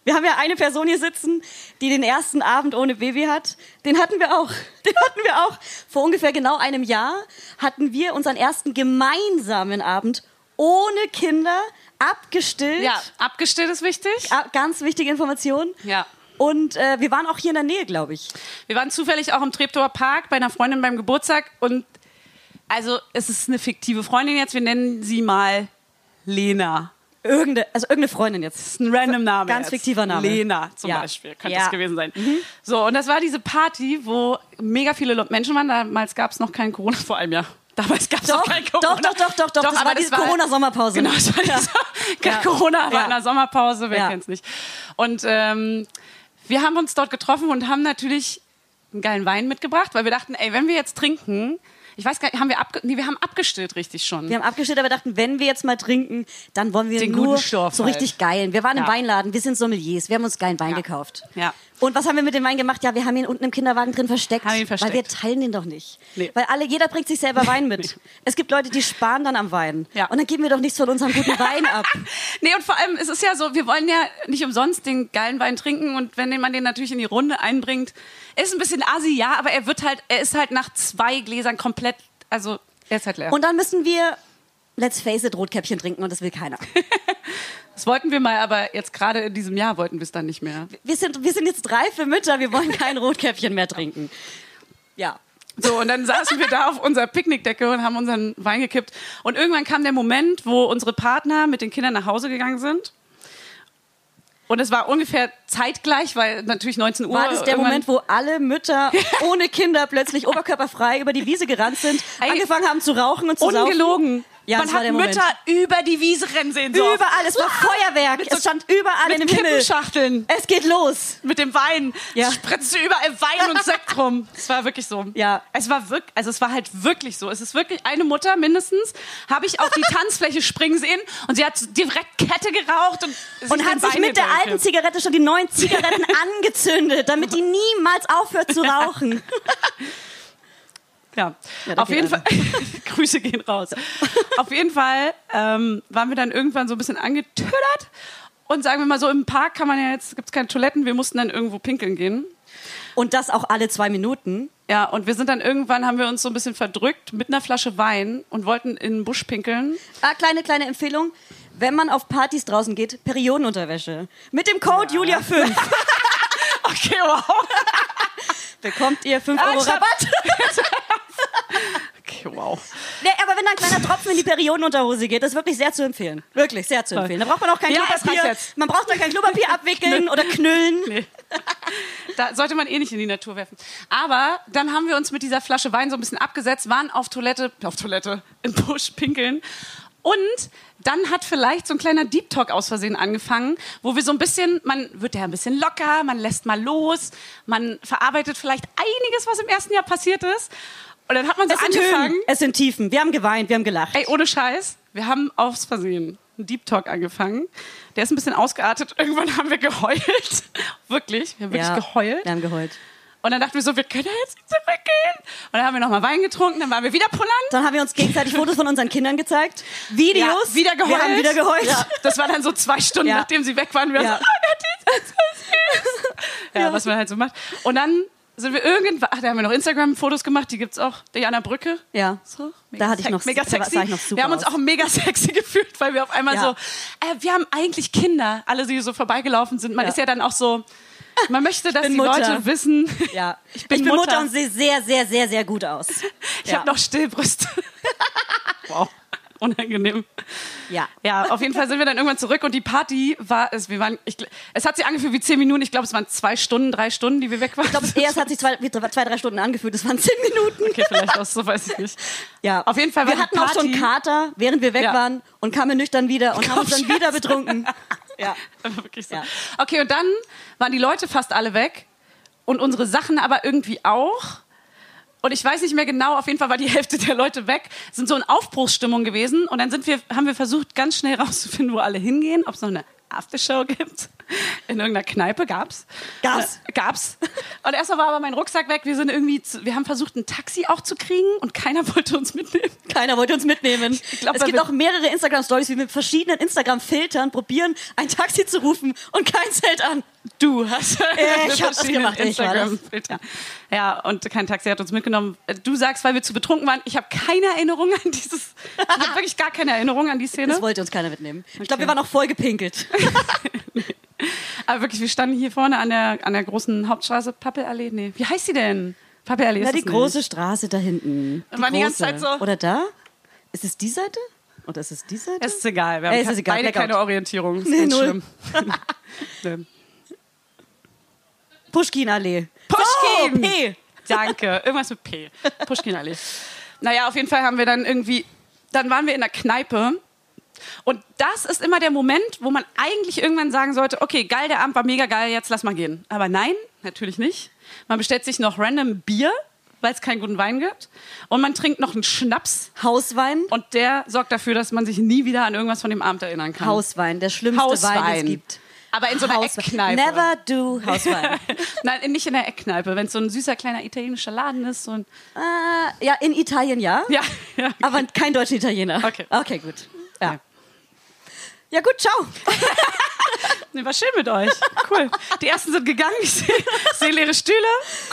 B: Wir haben ja eine Person hier sitzen, die den ersten Abend ohne Baby hat. Den hatten wir auch. Den hatten wir auch. Vor ungefähr genau einem Jahr hatten wir unseren ersten gemeinsamen Abend ohne Kinder, abgestillt.
C: Ja, abgestillt ist wichtig.
B: Ah, Ganz wichtige Information.
C: Ja.
B: Und äh, wir waren auch hier in der Nähe, glaube ich.
C: Wir waren zufällig auch im Treptower Park bei einer Freundin beim Geburtstag und also es ist eine fiktive Freundin jetzt, wir nennen sie mal Lena.
B: Irgende, also irgendeine Freundin jetzt.
C: Das ist ein random Name.
B: Ganz
C: jetzt.
B: fiktiver Name.
C: Lena zum
B: Ja.
C: Beispiel könnte
B: Ja. Mhm.
C: es gewesen sein. So, und das war diese Party, wo mega viele Lo- Menschen waren. Damals gab es noch kein Corona, vor allem ja. Damals gab es noch
B: Doch,
C: kein
B: doch,
C: Corona.
B: doch, doch, doch, doch. Das
C: aber
B: war diese Corona-Sommerpause.
C: Genau, das war diese,
B: Ja.
C: kein
B: Ja.
C: Corona, war
B: Ja.
C: in der Sommerpause, wer
B: Ja.
C: kennt's nicht. Und ähm, wir haben uns dort getroffen und haben natürlich einen geilen Wein mitgebracht, weil wir dachten, ey, wenn wir jetzt trinken, ich weiß gar nicht, haben wir, abge nee, wir haben abgestillt richtig schon.
B: Wir haben abgestillt, aber dachten, wenn wir jetzt mal trinken, dann wollen wir
C: Den
B: nur
C: guten Stoff
B: so
C: halt.
B: richtig geilen. Wir waren im
C: Ja.
B: Weinladen, wir sind Sommeliers, wir haben uns geilen Wein
C: Ja.
B: gekauft.
C: Ja.
B: Und was haben wir mit dem Wein gemacht? Ja, wir haben ihn unten im Kinderwagen drin versteckt,
C: Haben ihn versteckt.
B: weil wir teilen den doch nicht.
C: Nee.
B: Weil alle, jeder bringt sich selber Wein mit. Es gibt Leute, die sparen dann am Wein.
C: Ja.
B: Und dann geben wir doch nichts von unserem guten Wein ab.
C: Nee, und vor allem, es ist ja so, wir wollen ja nicht umsonst den geilen Wein trinken und wenn man den natürlich in die Runde einbringt, ist ein bisschen assi, ja, aber er wird halt, er ist halt nach zwei Gläsern komplett, also er ist halt leer.
B: Und dann müssen wir, let's face it, Rotkäppchen trinken und das will keiner.
C: das wollten wir mal, aber jetzt gerade in diesem Jahr wollten wir es dann nicht mehr.
B: Wir sind, wir sind jetzt reife Mütter, wir wollen kein Rotkäppchen mehr trinken. Ja.
C: So, und dann saßen wir da auf unserer Picknickdecke und haben unseren Wein gekippt. Und irgendwann kam der Moment, wo unsere Partner mit den Kindern nach Hause gegangen sind. Und es war ungefähr zeitgleich, weil natürlich 19 Uhr.
B: War das der
C: irgendwann-
B: Moment, wo alle Mütter ohne Kinder plötzlich oberkörperfrei über die Wiese gerannt sind,
C: Ey,
B: angefangen haben zu rauchen und zu
C: Ungelogen.
B: saufen? Ja,
C: Man
B: das
C: hat
B: war der Moment.
C: Mütter über die Wiese rennen sehen. So.
B: Überall, es war Feuerwerk.
C: Mit so-
B: es stand überall in
C: mit
B: dem Himmel.
C: Kippenschachteln,
B: Es geht los.
C: mit dem Wein.
B: Ja.
C: Es spritzte überall Wein und Sekt rum. Es war wirklich so.
B: Ja.
C: Es war wirklich, also es war halt wirklich so. Es ist wirklich eine Mutter mindestens, habe ich auf die Tanzfläche springen sehen und sie hat direkt Kette geraucht und, sich
B: Und
C: den
B: hat sich
C: Wein
B: mit der
C: gedrückt.
B: alten Zigarette schon die neuen Zigaretten angezündet, damit die niemals aufhört zu rauchen.
C: Ja,
B: Ja, da
C: auf
B: geht
C: jeden Fall.
B: einer.
C: Grüße gehen raus. auf jeden Fall ähm, waren wir dann irgendwann so ein bisschen angetüdert. Und sagen wir mal so, im Park kann man ja jetzt, gibt's keine Toiletten, wir mussten dann irgendwo pinkeln gehen.
B: Und das auch alle zwei Minuten.
C: Ja, und wir sind dann irgendwann, haben wir uns so ein bisschen verdrückt mit einer Flasche Wein und wollten in den Busch pinkeln.
B: Ah, kleine, kleine Empfehlung. Wenn man auf Partys draußen geht, Periodenunterwäsche. Mit dem Code Julia5
C: Okay, wow.
B: bekommt ihr 5
C: Ah,
B: Euro
C: ich hab-
B: Rabatt.
C: Okay, wow.
B: Nee, aber wenn da ein kleiner Tropfen in die Periodenunterhose geht, ist wirklich sehr zu empfehlen. Wirklich sehr zu empfehlen. Da braucht man auch kein
C: Ja, es reicht
B: Klopapier.
C: jetzt.
B: Man braucht dann kein Klopapier abwickeln oder knüllen.
C: Da sollte man eh nicht in die Natur werfen. Aber dann haben wir uns mit dieser Flasche Wein so ein bisschen abgesetzt, waren auf Toilette, auf Toilette, im Busch pinkeln. Und dann hat vielleicht so ein kleiner Deep Talk aus Versehen angefangen, wo wir so ein bisschen, man wird ja ein bisschen locker, man lässt mal los, man verarbeitet vielleicht einiges, was im ersten Jahr passiert ist. Und dann hat man so
B: Es sind
C: angefangen.
B: Höhen, es sind Tiefen. Wir haben geweint, wir haben gelacht.
C: Ey, ohne Scheiß, wir haben aus Versehen einen Deep Talk angefangen. Der ist ein bisschen ausgeartet. Irgendwann haben wir geheult. Wirklich, wir haben wirklich
B: Ja,
C: geheult.
B: Wir haben geheult.
C: Und dann dachten wir so, wir können ja jetzt nicht zurückgehen. Und dann haben wir nochmal Wein getrunken, dann waren wir wieder pullern.
B: Dann haben wir uns gegenseitig Fotos von unseren Kindern gezeigt. Videos.
C: Ja, wieder geheult.
B: Wir haben wieder geheult.
C: Ja, das war dann so zwei Stunden,
B: Ja.
C: nachdem sie weg waren. Wir
B: Ja.
C: so, oh Gott, die ist so süß. ja, was man halt so macht. Und dann Sind wir irgendwann. Ach, da haben wir noch Instagram-Fotos gemacht, die gibt's auch. Die an der Brücke.
B: Ja.
C: So,
B: Da hatte ich
C: sex-
B: noch-
C: mega
B: da sah
C: sexy.
B: ich noch super
C: wir haben uns
B: aus.
C: auch mega sexy gefühlt, weil wir auf einmal
B: Ja.
C: so, äh, wir haben eigentlich Kinder, alle, die so vorbeigelaufen sind. Man
B: Ja.
C: ist ja dann auch so, man möchte, dass
B: bin
C: die
B: Mutter.
C: Leute wissen,
B: Ja. Ich
C: bin
B: bin, Mutter.
C: Mutter.
B: und sehe sehr, sehr, sehr, sehr gut aus.
C: ich
B: ja.
C: habe noch Stillbrüste. wow, unangenehm.
B: Ja.
C: Ja, auf jeden Fall sind wir dann irgendwann zurück und die Party war, es, wir waren, ich, gl- es hat sich angefühlt wie zehn Minuten. Ich glaube, es waren zwei Stunden, drei Stunden, die wir weg waren.
B: Ich glaube, eher es hat sich zwei, wie- zwei, drei Stunden angefühlt. Es waren zehn Minuten.
C: Okay, vielleicht auch so, weiß ich nicht.
B: Ja.
C: Auf jeden Fall war
B: Wir
C: die
B: hatten auch
C: Party-
B: schon Kater, während wir weg
C: Ja.
B: waren und kamen nüchtern wieder und haben uns dann
C: Kaufschmerzen.
B: wieder betrunken. Ja.
C: Das war wirklich so.
B: Ja.
C: Okay, und dann waren die Leute fast alle weg und unsere Sachen aber irgendwie auch. Und ich weiß nicht mehr genau, auf jeden Fall war die Hälfte der Leute weg, sind so in Aufbruchsstimmung gewesen. Und dann sind wir, haben wir versucht, ganz schnell rauszufinden, wo alle hingehen, ob es noch eine Aftershow gibt. In irgendeiner Kneipe gab's.
B: Gab's.
C: Äh, gab's. Und erstmal war aber mein Rucksack weg. Wir sind irgendwie, zu, wir haben versucht, ein Taxi auch zu kriegen und keiner wollte uns mitnehmen.
B: Keiner wollte uns mitnehmen.
C: glaub,
B: es
C: weil
B: gibt
C: wir-
B: auch mehrere Instagram-Stories, wie wir mit verschiedenen Instagram-Filtern probieren, ein Taxi zu rufen und keins hält an.
C: Du hast
B: Ich hab's gemacht, ich war das.
C: Instagram-Filter. Ja, und kein Taxi hat uns mitgenommen. Du sagst, weil wir zu betrunken waren. Ich habe keine Erinnerung an dieses. Ich habe wirklich gar keine Erinnerung an die
B: Das
C: Szene.
B: wollte uns keiner mitnehmen. Ich glaube, wir waren auch voll gepinkelt.
C: Aber wirklich, wir standen hier vorne an der, an der großen Hauptstraße, Pappelallee. Nee, wie heißt sie denn? Pappelallee ist
B: Na, die
C: es nicht.
B: große Straße da hinten.
C: Und waren die ganze Zeit so-
B: Oder da? Ist es die Seite? Oder ist es die Seite?
C: Es ist egal. Wir
B: Äh,
C: haben
B: es ist egal,
C: beide
B: Blackout.
C: keine Orientierung. Ist
B: Nee,
C: ganz
B: null.
C: schlimm. Nee.
B: Pushkin-Allee.
C: Pushkin!
B: So, P.
C: Danke. Irgendwas mit P. Pushkin-Allee. Naja, auf jeden Fall haben wir dann irgendwie, dann waren wir in der Kneipe. Und das ist immer der Moment, wo man eigentlich irgendwann sagen sollte, okay, geil, der Abend war mega geil, jetzt lass mal gehen. Aber nein, natürlich nicht. Man bestellt sich noch random Bier, weil es keinen guten Wein gibt. Und man trinkt noch einen Schnaps.
B: Hauswein.
C: Und der sorgt dafür, dass man sich nie wieder an irgendwas von dem Abend erinnern kann.
B: Hauswein, der schlimmste Wein, den es gibt.
C: Aber in Hm. so einer
B: Hauswein.
C: Eckkneipe.
B: Never do Hauswein.
C: Nein, nicht in der Eckkneipe. Wenn es so ein süßer kleiner italienischer Laden ist, so ein
B: Ah, ja, in Italien ja.
C: Ja, ja.
B: Aber kein deutscher Italiener.
C: Okay.
B: Okay, gut. Ja.
C: Ja.
B: Ja gut, ciao.
C: Nee, war schön mit euch. Cool. Die ersten sind gegangen. Ich sehe seh leere Stühle.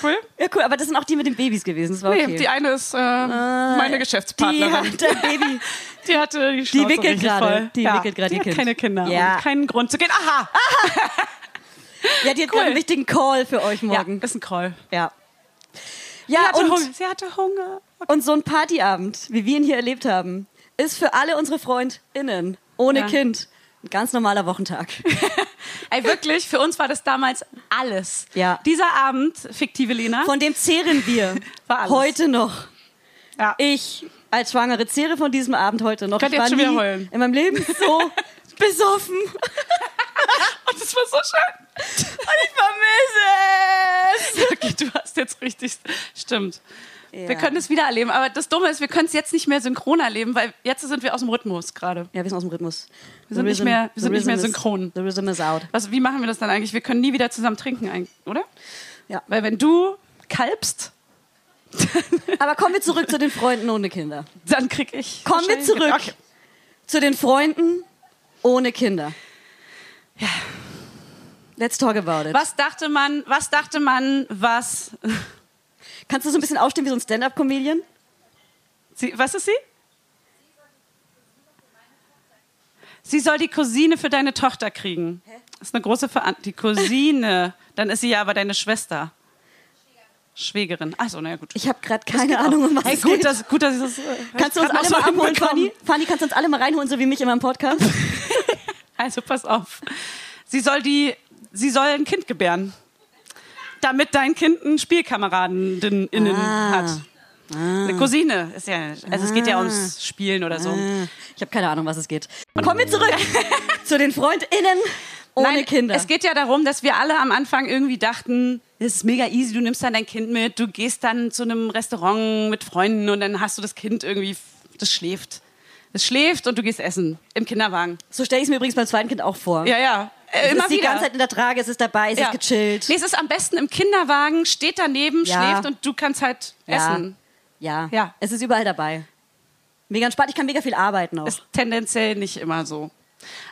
C: Cool.
B: Ja cool, aber das sind auch die mit den Babys gewesen. Das war okay. Ah,
C: Nee, die eine ist äh, meine
B: Die
C: Geschäftspartnerin.
B: hat ein Baby.
C: Die hatte die Schnauze
B: wickelt
C: richtig
B: gerade.
C: voll.
B: Die wickelt gerade
C: Die
B: ihr
C: hat
B: Kind.
C: keine Kinder.
B: Ja.
C: Und keinen Grund zu gehen. Aha.
B: Ja, die hat gerade einen wichtigen Call für euch morgen.
C: Ja, ist ein Call.
B: Ja.
C: Sie
B: Ja,
C: hatte
B: und,
C: Hunger. Sie hatte Hunger.
B: und so ein Partyabend, wie wir ihn hier erlebt haben, ist für alle unsere FreundInnen ohne
C: Ja.
B: Kind ein ganz normaler Wochentag.
C: Ey, wirklich, für uns war das damals alles.
B: Ja.
C: Dieser Abend, fiktive Lena.
B: Von dem zehren wir
C: War alles.
B: heute noch.
C: ja.
B: Ich als Schwangere zehre von diesem Abend heute noch.
C: Könnt
B: ich
C: ihr
B: war
C: jetzt schon wieder
B: nie
C: heulen.
B: in meinem Leben so besoffen.
C: Und das war so schön.
B: Vermisse es!
C: Okay, du hast jetzt richtig. Stimmt. Wir können es wieder erleben. Aber das Dumme ist, wir können es jetzt nicht mehr synchron erleben, weil jetzt sind wir aus dem Rhythmus gerade.
B: Ja, wir sind aus dem Rhythmus. Wir
C: sind nicht mehr- wir sind nicht mehr synchron.
B: Is, the rhythm is out.
C: Was, wie machen wir das dann eigentlich? Wir können nie wieder zusammen trinken, eigentlich, oder?
B: Ja.
C: Weil wenn du kalbst,
B: Aber kommen wir zurück zu den Freunden ohne Kinder.
C: dann krieg ich.
B: Kommen wir
C: wahrscheinlich-
B: zurück
C: Okay.
B: zu den Freunden ohne Kinder. Let's talk about it.
C: Was dachte man, was dachte man, was.
B: Kannst du so ein bisschen aufstehen wie so ein Stand-up-Comedian?
C: Sie, was ist sie? Sie soll die Cousine für deine Tochter kriegen. Das ist eine große Verantwortung. Die Cousine. Dann ist sie ja aber deine Schwester. Schwägerin. Achso, naja, gut.
B: Ich habe gerade keine Ahnung, um was
C: Hey,
B: es
C: gut,
B: geht.
C: dass, gut, dass ich das. äh,
B: kannst du
C: hab
B: uns
C: ich grad
B: alle
C: noch
B: mal
C: so
B: abholen,
C: hinbekommen.
B: Fanny? Fanny, kannst du uns alle mal reinholen, so wie mich in meinem Podcast?
C: Also pass auf. Sie soll die, sie soll ein Kind gebären, damit dein Kind einen Spielkameraden innen
B: Ah.
C: hat. Eine Cousine ist ja, also es geht ja ums Spielen oder so.
B: Ich habe keine Ahnung, was es geht. Kommen wir zurück zu den FreundInnen ohne
C: Nein,
B: Kinder.
C: Es geht ja darum, dass wir alle am Anfang irgendwie dachten, es ist mega easy, du nimmst dann dein Kind mit, du gehst dann zu einem Restaurant mit Freunden und dann hast du das Kind irgendwie, das schläft. Es schläft und du gehst essen im Kinderwagen.
B: so stelle ich es mir übrigens beim zweiten Kind auch vor.
C: Ja, ja. Äh,
B: es
C: Immer
B: ist die
C: wieder.
B: ganze Zeit in der Trage, es ist dabei, es
C: Ja.
B: ist gechillt.
C: Nee, es ist am besten im Kinderwagen, steht daneben,
B: Ja.
C: schläft und du kannst halt
B: Ja.
C: essen.
B: Ja.
C: Ja.
B: es ist überall dabei. Mega entspannt, ich kann mega viel arbeiten auch.
C: Ist tendenziell nicht immer so.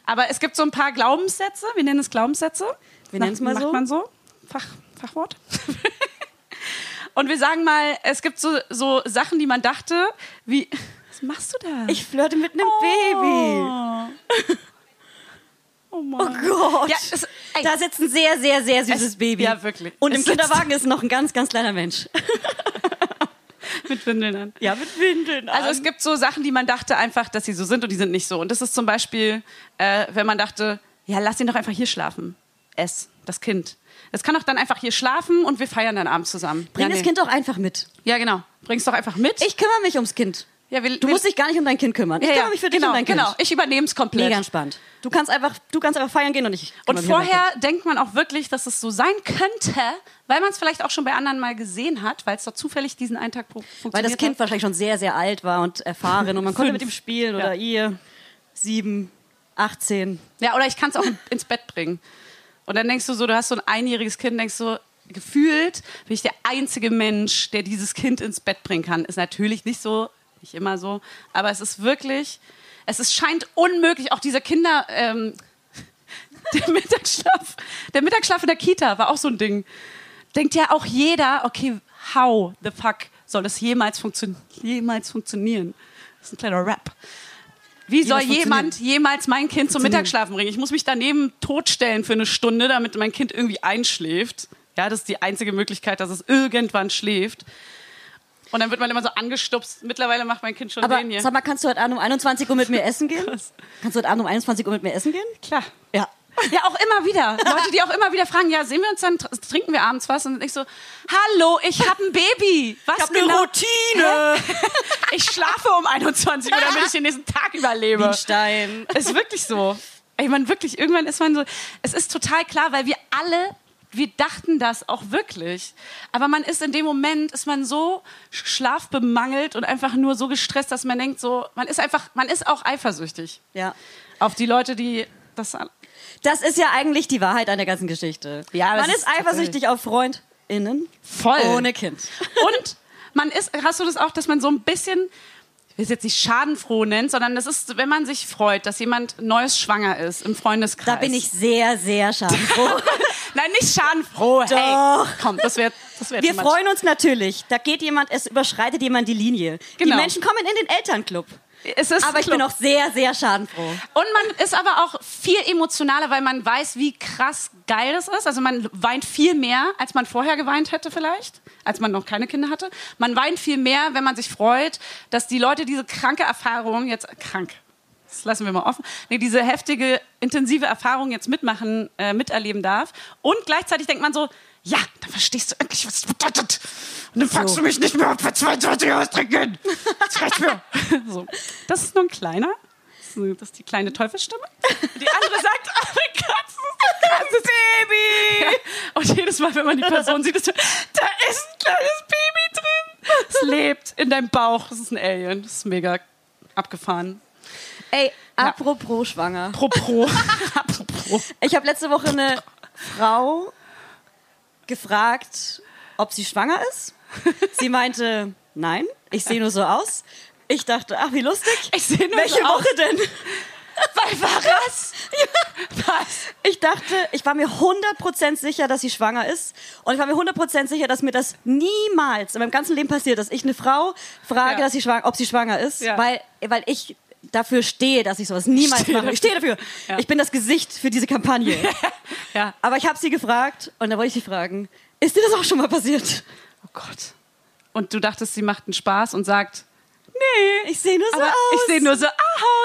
C: Aber es gibt so ein paar Glaubenssätze, wir nennen es Glaubenssätze.
B: Wir nennen's mal
C: Macht
B: so.
C: man so. Fach, Fachwort. Und wir sagen mal, es gibt so, so Sachen, die man dachte, wie. Was machst du da?
B: Ich flirte mit einem Baby.
C: Oh Mann.
B: Gott.
C: Ja, es, ey,
B: da sitzt ein sehr, sehr, sehr süßes
C: Es-
B: Baby.
C: ja, wirklich.
B: Und
C: Es
B: im
C: sitzt-
B: Kinderwagen ist noch ein ganz, ganz kleiner Mensch.
C: mit Windeln an.
B: Ja, mit Windeln.
C: Also es gibt so Sachen, die man dachte einfach, dass sie so sind und die sind nicht so. Und das ist zum Beispiel, äh, wenn man dachte, ja, lass ihn doch einfach hier schlafen. Es, das Kind. Es kann doch dann einfach hier schlafen und wir feiern dann abends zusammen.
B: Bring
C: ja,
B: das Kind doch einfach mit.
C: Ja, genau. Bring's doch einfach mit.
B: Ich kümmere mich ums Kind.
C: ja, wir,
B: Du
C: wir,
B: musst dich gar nicht um dein Kind kümmern. Ich
C: ja,
B: kümmere
C: ja,
B: mich für
C: genau,
B: dich um dein Kind.
C: Genau, ich übernehm's komplett.
B: Mega entspannt. Du kannst einfach, du kannst einfach feiern gehen und ich. kümmere
C: Und
B: mich um dein
C: vorher denkt man auch wirklich, dass es so sein könnte, weil man es vielleicht auch schon bei anderen mal gesehen hat, weil es doch zufällig diesen einen Tag fu- funktioniert
B: Weil das Kind
C: hat.
B: wahrscheinlich schon sehr, sehr alt war und erfahren und man konnte mit
C: Fünf.
B: ihm spielen
C: Ja.
B: oder ihr. Sieben, 18.
C: Ja, oder ich kann es auch in- ins Bett bringen. Und dann denkst du so, du hast so ein einjähriges Kind, denkst so, gefühlt bin ich der einzige Mensch, der dieses Kind ins Bett bringen kann. Ist natürlich nicht so, nicht immer so, aber es ist wirklich, es ist, scheint unmöglich, auch diese Kinder, ähm, der Mittagsschlaf, der Mittagsschlaf in der Kita war auch so ein Ding. Denkt ja auch jeder, okay, how the fuck soll es jemals, funktion jemals funktionieren? Das ist ein kleiner Rap. Wie soll
B: funktioniert.
C: jemand jemals mein Kind zum Mittagsschlafen bringen? Ich muss mich daneben totstellen für eine Stunde, damit mein Kind irgendwie einschläft. Ja, das ist die einzige Möglichkeit, dass es irgendwann schläft. Und dann wird man immer so angestupst. Mittlerweile macht mein Kind schon
B: Aber
C: den hier.
B: sag mal, kannst du heute Abend um 21 Uhr mit mir essen gehen?
C: Krass.
B: Kannst du heute Abend um 21 Uhr mit mir essen gehen?
C: Klar.
B: Ja.
C: Ja, auch immer wieder. Leute, die auch immer wieder fragen, ja, sehen wir uns dann, tr- trinken wir abends was? Und ich so, hallo, ich habe ein Baby. Was genau?
B: Ich hab eine Routine.
C: Hä? Ich schlafe um 21 Uhr, damit ich den nächsten Tag überlebe.
B: Wie ein Stein.
C: Ist wirklich so. Ey, man, wirklich, irgendwann ist man so. Es ist total klar, weil wir alle, wir dachten das auch wirklich. Aber man ist in dem Moment, ist man so sch- schlafbemangelt und einfach nur so gestresst, dass man denkt, so, man ist einfach, man ist auch eifersüchtig.
B: Ja.
C: Auf die Leute, die das.
B: Das ist ja eigentlich die Wahrheit an der ganzen Geschichte.
C: Ja, das
B: Man ist
C: ist-
B: eifersüchtig auf FreundInnen
C: Voll.
B: ohne Kind.
C: Und man ist, hast du das auch, dass man so ein bisschen, ich will es jetzt nicht schadenfroh nennen, sondern das ist, wenn man sich freut, dass jemand Neues schwanger ist im Freundeskreis.
B: Da bin ich sehr, sehr schadenfroh.
C: Nein, nicht schadenfroh, hey.
B: Doch.
C: Komm, das wird das wär
B: Wir
C: too much.
B: freuen uns natürlich. Da geht jemand, es überschreitet jemand die Linie.
C: Genau.
B: Die Menschen kommen in den Elternclub.
C: Es ist
B: Aber ich
C: Club.
B: bin auch sehr, sehr schadenfroh.
C: Und man ist aber auch viel emotionaler, weil man weiß, wie krass geil das ist. Also man weint viel mehr, als man vorher geweint hätte vielleicht, als man noch keine Kinder hatte. Man weint viel mehr, wenn man sich freut, dass die Leute diese kranke Erfahrung jetzt krank. Das lassen wir mal offen. Nee, diese heftige, intensive Erfahrung jetzt mitmachen, äh, miterleben darf. Und gleichzeitig denkt man so, ja, dann verstehst du endlich, was es bedeutet. Und dann fragst du mich nicht mehr, ob wir 22 Jahre trinken. Das reicht mir. so. Das ist nur ein kleiner. Das ist die kleine Teufelsstimme. Und die andere sagt, oh mein Gott, das ist ein krasses Baby. Ja. Und jedes Mal, wenn man die Person sieht, ist so, da ist ein kleines Baby drin. Es lebt in deinem Bauch. Das ist ein Alien. Das ist mega abgefahren.
B: Ey, apropos schwanger.
C: Pro pro. Apropos.
B: Ich habe letzte Woche eine Frau gefragt, ob sie schwanger ist. Sie meinte, nein, ich sehe nur so aus. Ich dachte, ach, wie lustig.
C: Ich sehe nur
B: Welche
C: so aus.
B: Woche denn?
C: Weil war das? Ja. Was?
B: Ich dachte, ich war mir 100% sicher, dass sie schwanger ist. Und ich war mir 100% sicher, dass mir das niemals in meinem ganzen Leben passiert, dass ich eine Frau frage,
C: Ja.
B: dass sie schwanger, ob sie schwanger ist.
C: Ja.
B: Weil, weil ich dafür stehe, dass ich sowas niemals
C: Stehe
B: mache. Ich stehe dafür.
C: Ja.
B: Ich bin das Gesicht für diese Kampagne.
C: Ja.
B: Aber ich habe sie gefragt und da wollte ich sie fragen, ist dir das auch schon mal passiert?
C: Oh Gott. Und du dachtest, sie macht einen Spaß und sagt,
B: Nee, ich sehe nur so
C: aber
B: aus.
C: ich sehe nur so aus.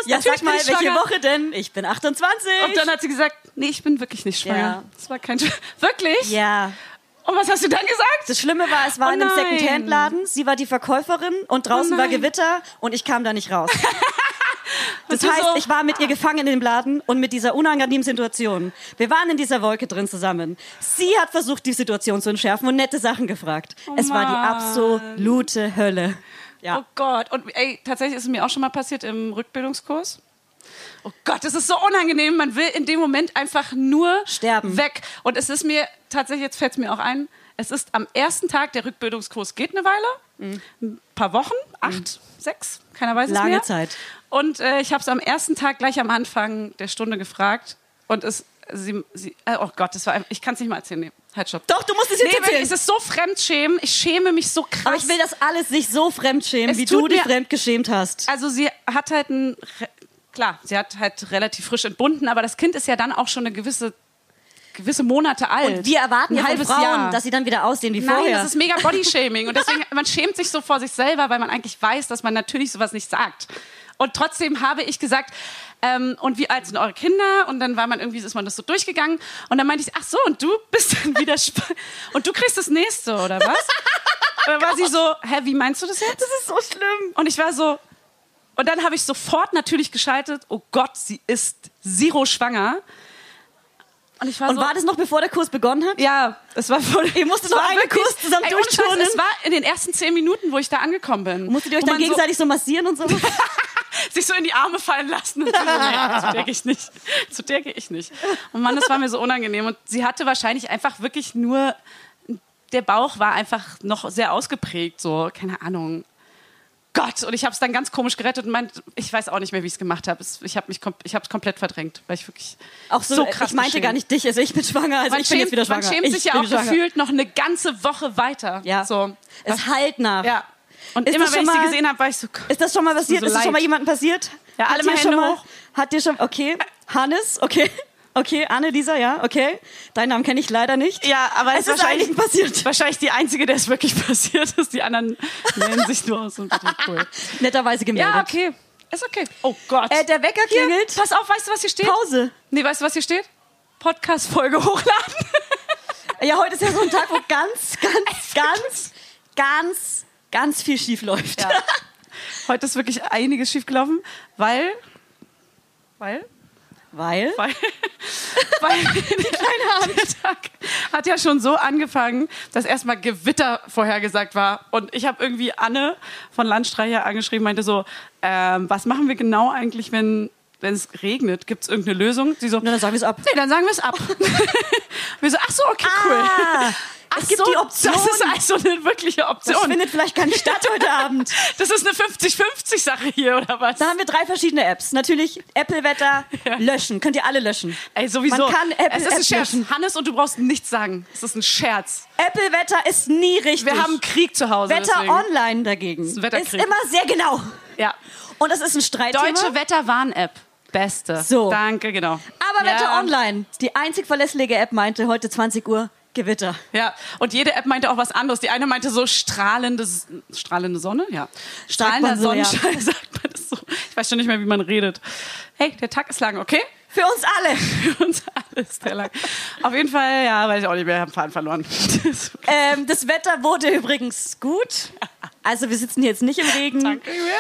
B: ja,
C: Natürlich
B: sag mal,
C: bin ich
B: welche
C: schwanger.
B: Woche denn? Ich bin 28.
C: Und dann hat sie gesagt, nee, ich bin wirklich nicht schwanger.
B: Ja.
C: Das war kein Sch- Wirklich?
B: ja.
C: Und was hast du dann gesagt?
B: Das Schlimme war, es war
C: Oh
B: in einem
C: nein.
B: Secondhand-Laden. Sie war die Verkäuferin und draußen
C: Oh
B: war
C: nein.
B: Gewitter und ich kam da nicht raus. Das
C: du
B: heißt,
C: so-
B: ich war mit ihr gefangen in dem Laden und mit dieser unangenehmen Situation. Wir waren in dieser Wolke drin zusammen. Sie hat versucht, die Situation zu entschärfen und nette Sachen gefragt. es war die
C: Oh Mann.
B: absolute Hölle. Ja.
C: Oh Gott. Und ey, tatsächlich ist es mir auch schon mal passiert im Rückbildungskurs. Oh Gott, es ist so unangenehm. Man will in dem Moment einfach nur
B: Sterben.
C: weg. Und es ist mir, tatsächlich, jetzt fällt es mir auch ein, es ist am ersten Tag, der Rückbildungskurs geht eine Weile. Ein paar Wochen, acht, sechs, keiner weiß es
B: Mhm. Lange
C: mehr.
B: Zeit.
C: Und äh, ich habe es am ersten Tag gleich am Anfang der Stunde gefragt. Und es, sie, sie äh, oh Gott, das war, ein- ich kann es nicht mal erzählen. Nee. Headshop.
B: Doch, du musst es
C: Nee,
B: jetzt
C: wirklich,
B: erzählen.
C: es ist so fremdschämen. Ich schäme mich so krass.
B: Aber ich will, dass alles sich so fremdschämen,
C: Es
B: wie du
C: tut
B: dich
C: mir-
B: fremdgeschämt hast.
C: also sie hat halt ein, re- klar, sie hat halt relativ frisch entbunden, aber das Kind ist ja dann auch schon eine gewisse, gewisse Monate alt.
B: Und wir erwarten
C: ein
B: ja von
C: halbes
B: Frauen,
C: Jahr.
B: dass sie dann wieder aussehen wie
C: Nein,
B: vorher.
C: das ist mega Bodyshaming. Und deswegen, man schämt sich so vor sich selber, weil man eigentlich weiß, dass man natürlich sowas nicht sagt. Und trotzdem habe ich gesagt, ähm, und wie alt sind eure Kinder? Und dann war man irgendwie, ist man das so durchgegangen. Und dann meinte ich, ach so, und du bist dann wieder, sp- und du kriegst das nächste, oder was? Und dann war sie so, hä, wie meinst du das jetzt? Das ist so schlimm. Und ich war so, und dann habe ich sofort natürlich geschaltet, oh Gott, sie ist zero schwanger. Und ich war
B: Und
C: so,
B: war das noch bevor der Kurs begonnen hat?
C: ja, es war voll.
B: Ihr musstet
C: es
B: nur
C: war
B: einen
C: wirklich-
B: Kurs zusammen
C: ohne Scheiß,
B: durchturnen.
C: Es war in den ersten zehn Minuten, wo ich da angekommen bin.
B: Musstet ihr euch
C: Wo
B: dann
C: man
B: gegenseitig so massieren und so?
C: so, sich so in die Arme fallen lassen? Und so, nee, zu der gehe ich nicht. Zu der gehe ich nicht. Und Mann, das war mir so unangenehm. Und sie hatte wahrscheinlich einfach wirklich nur. Der Bauch war einfach noch sehr ausgeprägt, so, keine Ahnung. Gott, und ich habe es dann ganz komisch gerettet und meint, ich weiß auch nicht mehr, wie ich es gemacht habe. Es- Ich habe mich, kom- ich habe es komplett verdrängt, weil ich wirklich
B: Auch so, äh,
C: krass
B: ich meinte
C: geschämt.
B: gar nicht dich, also ich bin schwanger, also
C: Man
B: ich bin jetzt
C: schämt,
B: wieder schwanger.
C: man schämt
B: ich
C: sich ja
B: bin
C: auch
B: schwanger.
C: gefühlt noch eine ganze Woche weiter.
B: Ja.
C: So.
B: Es halt nach.
C: ja. Und
B: Ist
C: immer,
B: das
C: wenn ich
B: schon
C: sie
B: mal-
C: gesehen habe, war ich so, Gott,
B: Ist das schon mal
C: es tut
B: passiert?
C: mir so
B: ist das schon mal
C: leid.
B: jemandem passiert?
C: Ja, alle
B: hat
C: mal
B: dir
C: Hände
B: schon mal,
C: hoch.
B: Hat dir schon, okay. Hannes, okay. Okay, Anne, Lisa, ja, okay. Deinen Namen kenne ich leider nicht.
C: Ja, aber
B: es ist einigen passiert.
C: wahrscheinlich die Einzige, der es wirklich passiert ist. Die anderen nennen sich nur aus und cool.
B: Netterweise gemeldet.
C: Ja, okay. Ist okay. Oh Gott.
B: Äh, der Wecker
C: Hier,
B: klingelt.
C: Pass auf, weißt du, was hier steht?
B: Pause.
C: Nee, weißt du, was hier steht? Podcast-Folge hochladen.
B: Ja, heute ist ja so ein Tag, wo ganz, ganz, ganz, ganz, ganz viel schief läuft.
C: Ja. Heute ist wirklich einiges schiefgelaufen, weil. Weil?
B: Weil
C: weil, weil kleine Tag hat ja schon so angefangen, dass erstmal Gewitter vorhergesagt war. Und ich habe irgendwie Anne von Landstreicher angeschrieben, meinte so, ähm, was machen wir genau eigentlich, wenn wenn es regnet, gibt es irgendeine Lösung? Sie so,
B: Na, dann sagen wir's ab.
C: Nee, dann sagen wir es ab. wir so, ach so, okay, cool.
B: Ah,
C: Ach
B: es gibt die Option.
C: Das ist also eine wirkliche
B: das
C: Option.
B: findet vielleicht gar nicht statt heute Abend.
C: Das ist eine 50-50-Sache hier, oder was?
B: Da haben wir drei verschiedene Apps. Natürlich Apple-Wetter,
C: Ja.
B: löschen. Könnt ihr alle löschen.
C: Ey, sowieso.
B: Man kann Apple,
C: es ist ein
B: Apps
C: Scherz.
B: löschen.
C: Hannes, und du brauchst nichts sagen. Es ist ein Scherz.
B: Apple-Wetter ist nie richtig.
C: Wir haben Krieg zu Hause.
B: Wetter
C: deswegen.
B: online dagegen.
C: ein
B: Ist
C: Wetterkrieg.
B: immer sehr genau.
C: Ja.
B: Und es ist ein Streitthema.
C: Deutsche Wetterwarn-App. Beste.
B: So.
C: Danke, genau.
B: aber
C: ja.
B: Wetter online. Die einzig verlässliche App meinte heute 20 Uhr Gewitter.
C: Ja. Und jede App meinte auch was anderes. Die eine meinte so strahlende, strahlende Sonne, ja. Strahlender
B: man so, ja.
C: Sonnenschein, sagt man das so. Ich weiß schon nicht mehr, wie man redet. Hey, der Tag ist lang, okay?
B: Für uns alle.
C: Für uns alles der lang. Auf jeden Fall, ja, weiß ich auch nicht mehr, ich hab den Faden verloren.
B: Ähm, das Wetter wurde übrigens gut. Also wir sitzen hier jetzt nicht im Regen.
C: Danke, Julia.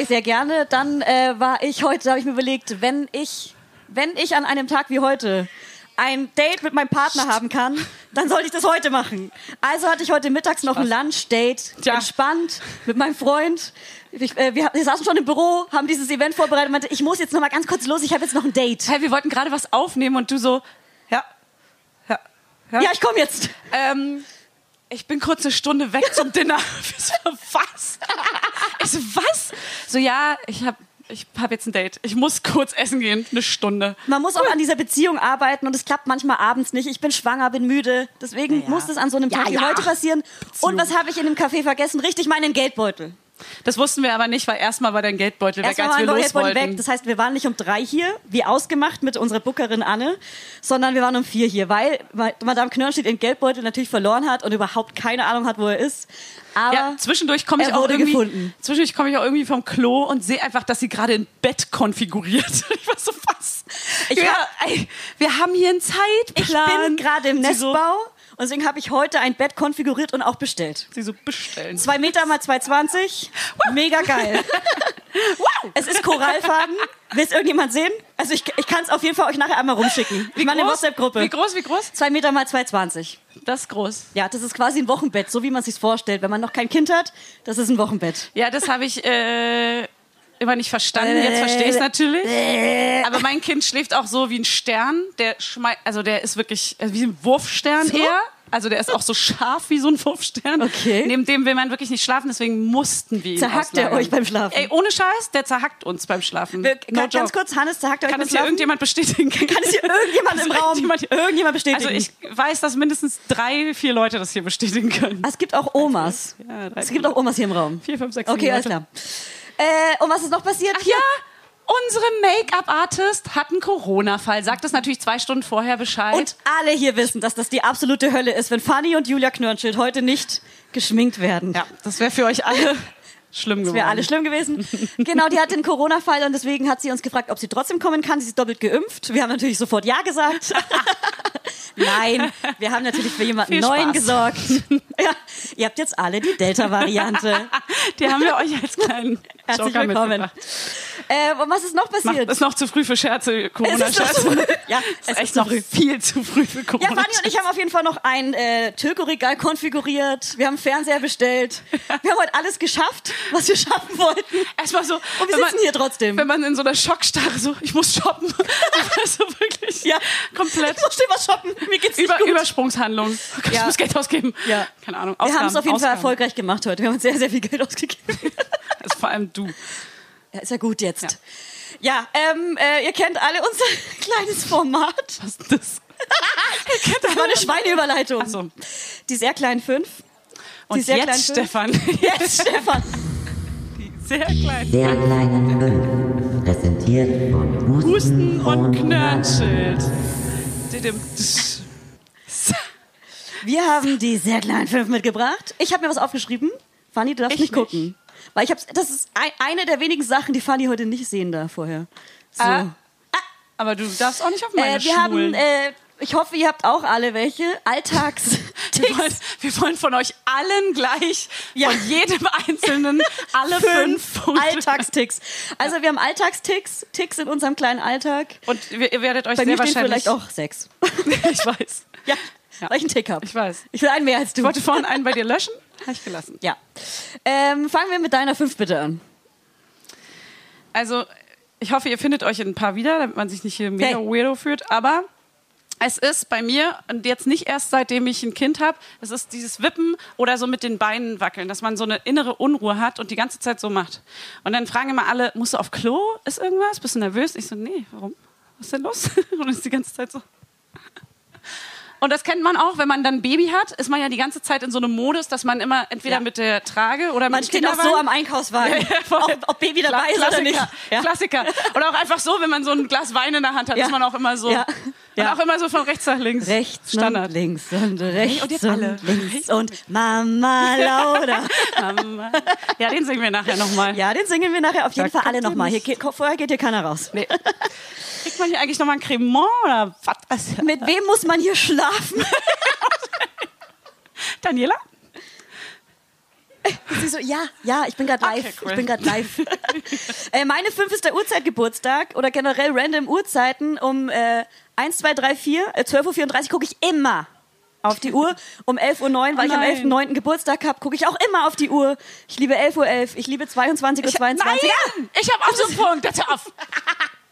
B: Äh, sehr gerne. Dann äh, war ich heute, habe ich mir überlegt, wenn ich, wenn ich an einem Tag wie heute ein Date mit meinem Partner haben kann, dann sollte ich das heute machen. Also hatte ich heute mittags noch ein Lunch-Date,
C: Tja.
B: entspannt mit meinem Freund. Ich, äh, wir, wir saßen schon im Büro, haben dieses Event vorbereitet, meinte, ich muss jetzt noch mal ganz kurz los, ich habe jetzt noch ein Date.
C: Hey, wir wollten gerade was aufnehmen und du so, ja, ja, ja.
B: Ja, ich komme jetzt.
C: ähm, ich bin kurz eine Stunde weg zum Dinner. Ich so, was? Ich so, was? So, ja, ich hab, ich hab jetzt ein Date. Ich muss kurz essen gehen, eine Stunde.
B: Man muss auch an dieser Beziehung arbeiten und es klappt manchmal abends nicht. Ich bin schwanger, bin müde. Deswegen muss das an so einem Tag
C: Ja,
B: wie
C: ja.
B: heute passieren. Und was habe ich in dem Café vergessen? Richtig meinen Geldbeutel.
C: Das wussten wir aber nicht, weil erstmal war dein Geldbeutel weg,
B: Erstmal
C: als
B: war mein
C: wir los
B: Geldbeutel
C: wollten.
B: weg. Das heißt, wir waren nicht um drei hier, wie ausgemacht mit unserer Bookerin Anne, sondern wir waren um vier hier, weil Madame Knirschit ihren Geldbeutel natürlich verloren hat und überhaupt keine Ahnung hat, wo er ist. Aber
C: ja, zwischendurch komme ich
B: er
C: auch
B: wurde
C: irgendwie
B: gefunden.
C: zwischendurch komme ich auch irgendwie vom Klo und sehe einfach, dass sie gerade ein Bett konfiguriert. Ich war so was.
B: Ich
C: ja,
B: hab-
C: ey, wir haben hier einen
B: ich
C: Zeitplan.
B: bin gerade im
C: Sie so-
B: Nestbau und deswegen habe ich heute ein Bett konfiguriert und auch bestellt.
C: Sie so bestellen.
B: Zwei Meter mal 2,20. Mega geil. wow. Es ist Korallfarben. Will es irgendjemand sehen? Also ich, ich kann es auf jeden Fall euch nachher einmal rumschicken. Ich meine
C: groß? Wie
B: WhatsApp-Gruppe.
C: groß, wie groß?
B: Zwei Meter mal 2,20.
C: Das ist groß.
B: Ja, das ist quasi ein Wochenbett, so wie man sich vorstellt. Wenn man noch kein Kind hat, das ist ein Wochenbett.
C: Ja, das habe ich äh, immer nicht verstanden. Jetzt verstehe ich
B: Äh,
C: es natürlich. Aber mein Kind schläft auch so wie ein Stern. Der schmei also der ist wirklich äh, wie ein äh, Wurfstern eher. Also der ist auch so scharf wie so ein Wurfstern.
B: Okay.
C: Neben dem will man wirklich nicht schlafen, deswegen mussten wir ihn
B: Zerhackt er
C: auslagern.
B: euch beim Schlafen?
C: Ey, ohne Scheiß, der zerhackt uns beim Schlafen.
B: Wir,
C: No
B: ganz, ganz
C: joke.
B: kurz, Hannes, sagt euch
C: Kann
B: beim
C: es hier
B: Schlafen-
C: irgendjemand bestätigen?
B: Kann es hier irgendjemand im Raum,
C: Irgendjemand-
B: irgendjemand bestätigen?
C: Also ich weiß, dass mindestens drei, vier Leute das hier bestätigen können.
B: Ah, es gibt auch Omas.
C: Ja, drei,
B: Ah, es gibt auch Omas hier im Raum.
C: Vier, fünf, sechs,
B: Okay,
C: sieben
B: alles klar. Äh, und was ist noch passiert?
C: Ach ja, unsere Make-up-Artist hat einen Corona-Fall. Sagt das natürlich zwei Stunden vorher Bescheid.
B: Und alle hier wissen, dass das die absolute Hölle ist, wenn Fanny und Julia Knörnschild heute nicht geschminkt werden.
C: ja, das wäre für euch alle schlimm geworden.
B: Das wäre alles schlimm gewesen. Genau, die hat den Corona-Fall und deswegen hat sie uns gefragt, ob sie trotzdem kommen kann. Sie ist doppelt geimpft. Wir haben natürlich sofort Ja gesagt. Nein, wir haben natürlich für jemanden
C: Viel
B: Neuen
C: Spaß.
B: gesorgt. Ja, ihr habt jetzt alle die Delta-Variante.
C: Die haben wir euch als kleinen
B: Herzlich
C: Joker
B: willkommen.
C: mitgebracht.
B: Äh, und was ist noch
C: Macht,
B: passiert?
C: ist noch zu früh für Scherze, Corona-Scherze.
B: früh. Ja, es
C: Es ist
B: ist
C: echt
B: zu
C: noch
B: früh.
C: viel zu früh für
B: Ja,
C: Corona.
B: Fanny und ich haben auf jeden Fall noch ein äh, Türko-Regal konfiguriert. Wir haben Fernseher bestellt. Wir haben heute alles geschafft, was wir schaffen wollten.
C: Erstmal so.
B: Und wir
C: wenn man-
B: sitzen hier trotzdem.
C: Wenn man in so einer Schockstarre so, ich muss shoppen. also wirklich.
B: Ja.
C: Komplett.
B: Ich muss schnell was shoppen. Mir geht's nicht
C: Über,
B: gut.
C: Übersprungshandlung. Okay,
B: Ja.
C: Ich muss Geld ausgeben.
B: Ja.
C: Keine Ahnung.
B: wir haben es auf jeden Fall
C: Ausgaben.
B: erfolgreich gemacht heute. Wir haben uns sehr, sehr viel Geld ausgegeben.
C: Also vor allem du.
B: ja, ist ja gut jetzt. Ja, ähm, äh, ihr kennt alle unser kleines Format.
C: Was ist das?
B: Das war eine Schweineüberleitung.
C: Ach so.
B: Die sehr kleinen fünf.
C: Und
B: sehr kleinen
C: jetzt, Stefan.
B: Jetzt, Stefan.
C: Sehr klein.
D: Der kleinen Fünf. Präsentiert von Husten,
C: Husten
B: Oh,
C: und
D: Knatsch.
C: Knirnschild. Didim, tsch.
B: Wir haben die sehr kleinen fünf mitgebracht. Ich habe mir was aufgeschrieben. Fanny, du darfst
C: Ich
B: nicht
C: nicht.
B: gucken. Weil ich hab's, das ist ein, eine der wenigen Sachen, die Fanny heute nicht sehen darf vorher. So.
C: Ah. Aber du darfst auch nicht auf meine
B: äh, wir haben,
C: schwulen.
B: äh, ich hoffe, ihr habt auch alle welche. Alltags.
C: wir, wollen, wir wollen von euch allen gleich, von jedem Einzelnen, alle fünf. Punkte.
B: Alltagsticks. Also wir haben Alltagsticks, Ticks in unserem kleinen Alltag.
C: Und wir, ihr werdet euch
B: Bei mir
C: sehr
B: stehen
C: wahrscheinlich...
B: vielleicht auch sechs.
C: ich weiß.
B: ja,
C: Ja.
B: weil ich einen Tick habe.
C: Ich weiß.
B: Ich will einen mehr als du.
C: Ich wollte vorhin einen bei dir löschen, habe ich gelassen.
B: ja. Ähm, fangen wir mit deiner fünf bitte an.
C: Also, ich hoffe, ihr findet euch in ein paar wieder, damit man sich nicht hier mega
B: Hey.
C: weirdo fühlt, aber es ist bei mir, und jetzt nicht erst seitdem ich ein Kind habe, es ist dieses Wippen oder so mit den Beinen wackeln, dass man so eine innere Unruhe hat und die ganze Zeit so macht. Und dann fragen immer alle, musst du auf Klo? Ist irgendwas? Bist du nervös? Ich so, nee, warum? Was ist denn los? Und ist die ganze Zeit so. Und das kennt man auch, wenn man dann ein Baby hat, ist man ja die ganze Zeit in so einem Modus, dass man immer entweder
B: Ja.
C: mit der Trage oder
B: Man
C: mit dem
B: steht auch so
C: Kinderwagen-
B: am Einkaufswagen,
C: Ja, ja, voll.
B: ob, ob Baby dabei ist oder
C: Klassiker.
B: nicht. Ja.
C: Klassiker. Oder auch einfach so, wenn man so ein Glas Wein in der Hand hat,
B: Ja.
C: ist man auch immer so.
B: Ja. Ja.
C: Und auch immer so von rechts nach links.
B: Rechts
C: Standard.
B: und links und rechts
C: und jetzt
B: und,
C: alle.
B: links und Mama Lauda.
C: Mama. ja, den singen wir nachher nochmal.
B: ja, den singen wir nachher auf jeden
C: Da
B: Fall alle
C: kommt ihr
B: nochmal. Hier geht, vorher geht hier keiner raus.
C: Nee. Kriegt man hier eigentlich nochmal ein Cremant oder was?
B: Mit wem muss man hier schlafen?
C: Daniela?
B: Sie so, ja, ja, ich bin gerade
C: Okay,
B: live.
C: cool.
B: Ich bin gerade live. äh, meine 5 ist der Uhrzeitgeburtstag oder generell random Uhrzeiten. Um äh, 1, 2, 3, 4, äh, 12.34 Uhr gucke ich immer auf die Uhr. Um 11.09 Uhr, weil ich am
C: nein.
B: 11.09. Geburtstag habe, gucke ich auch immer auf die Uhr. Ich liebe 11.11 Uhr, ich liebe 22.22 Uhr.
C: Nein!
B: 22.
C: Ich hab auch so einen Punkt. Jetzt hör auf.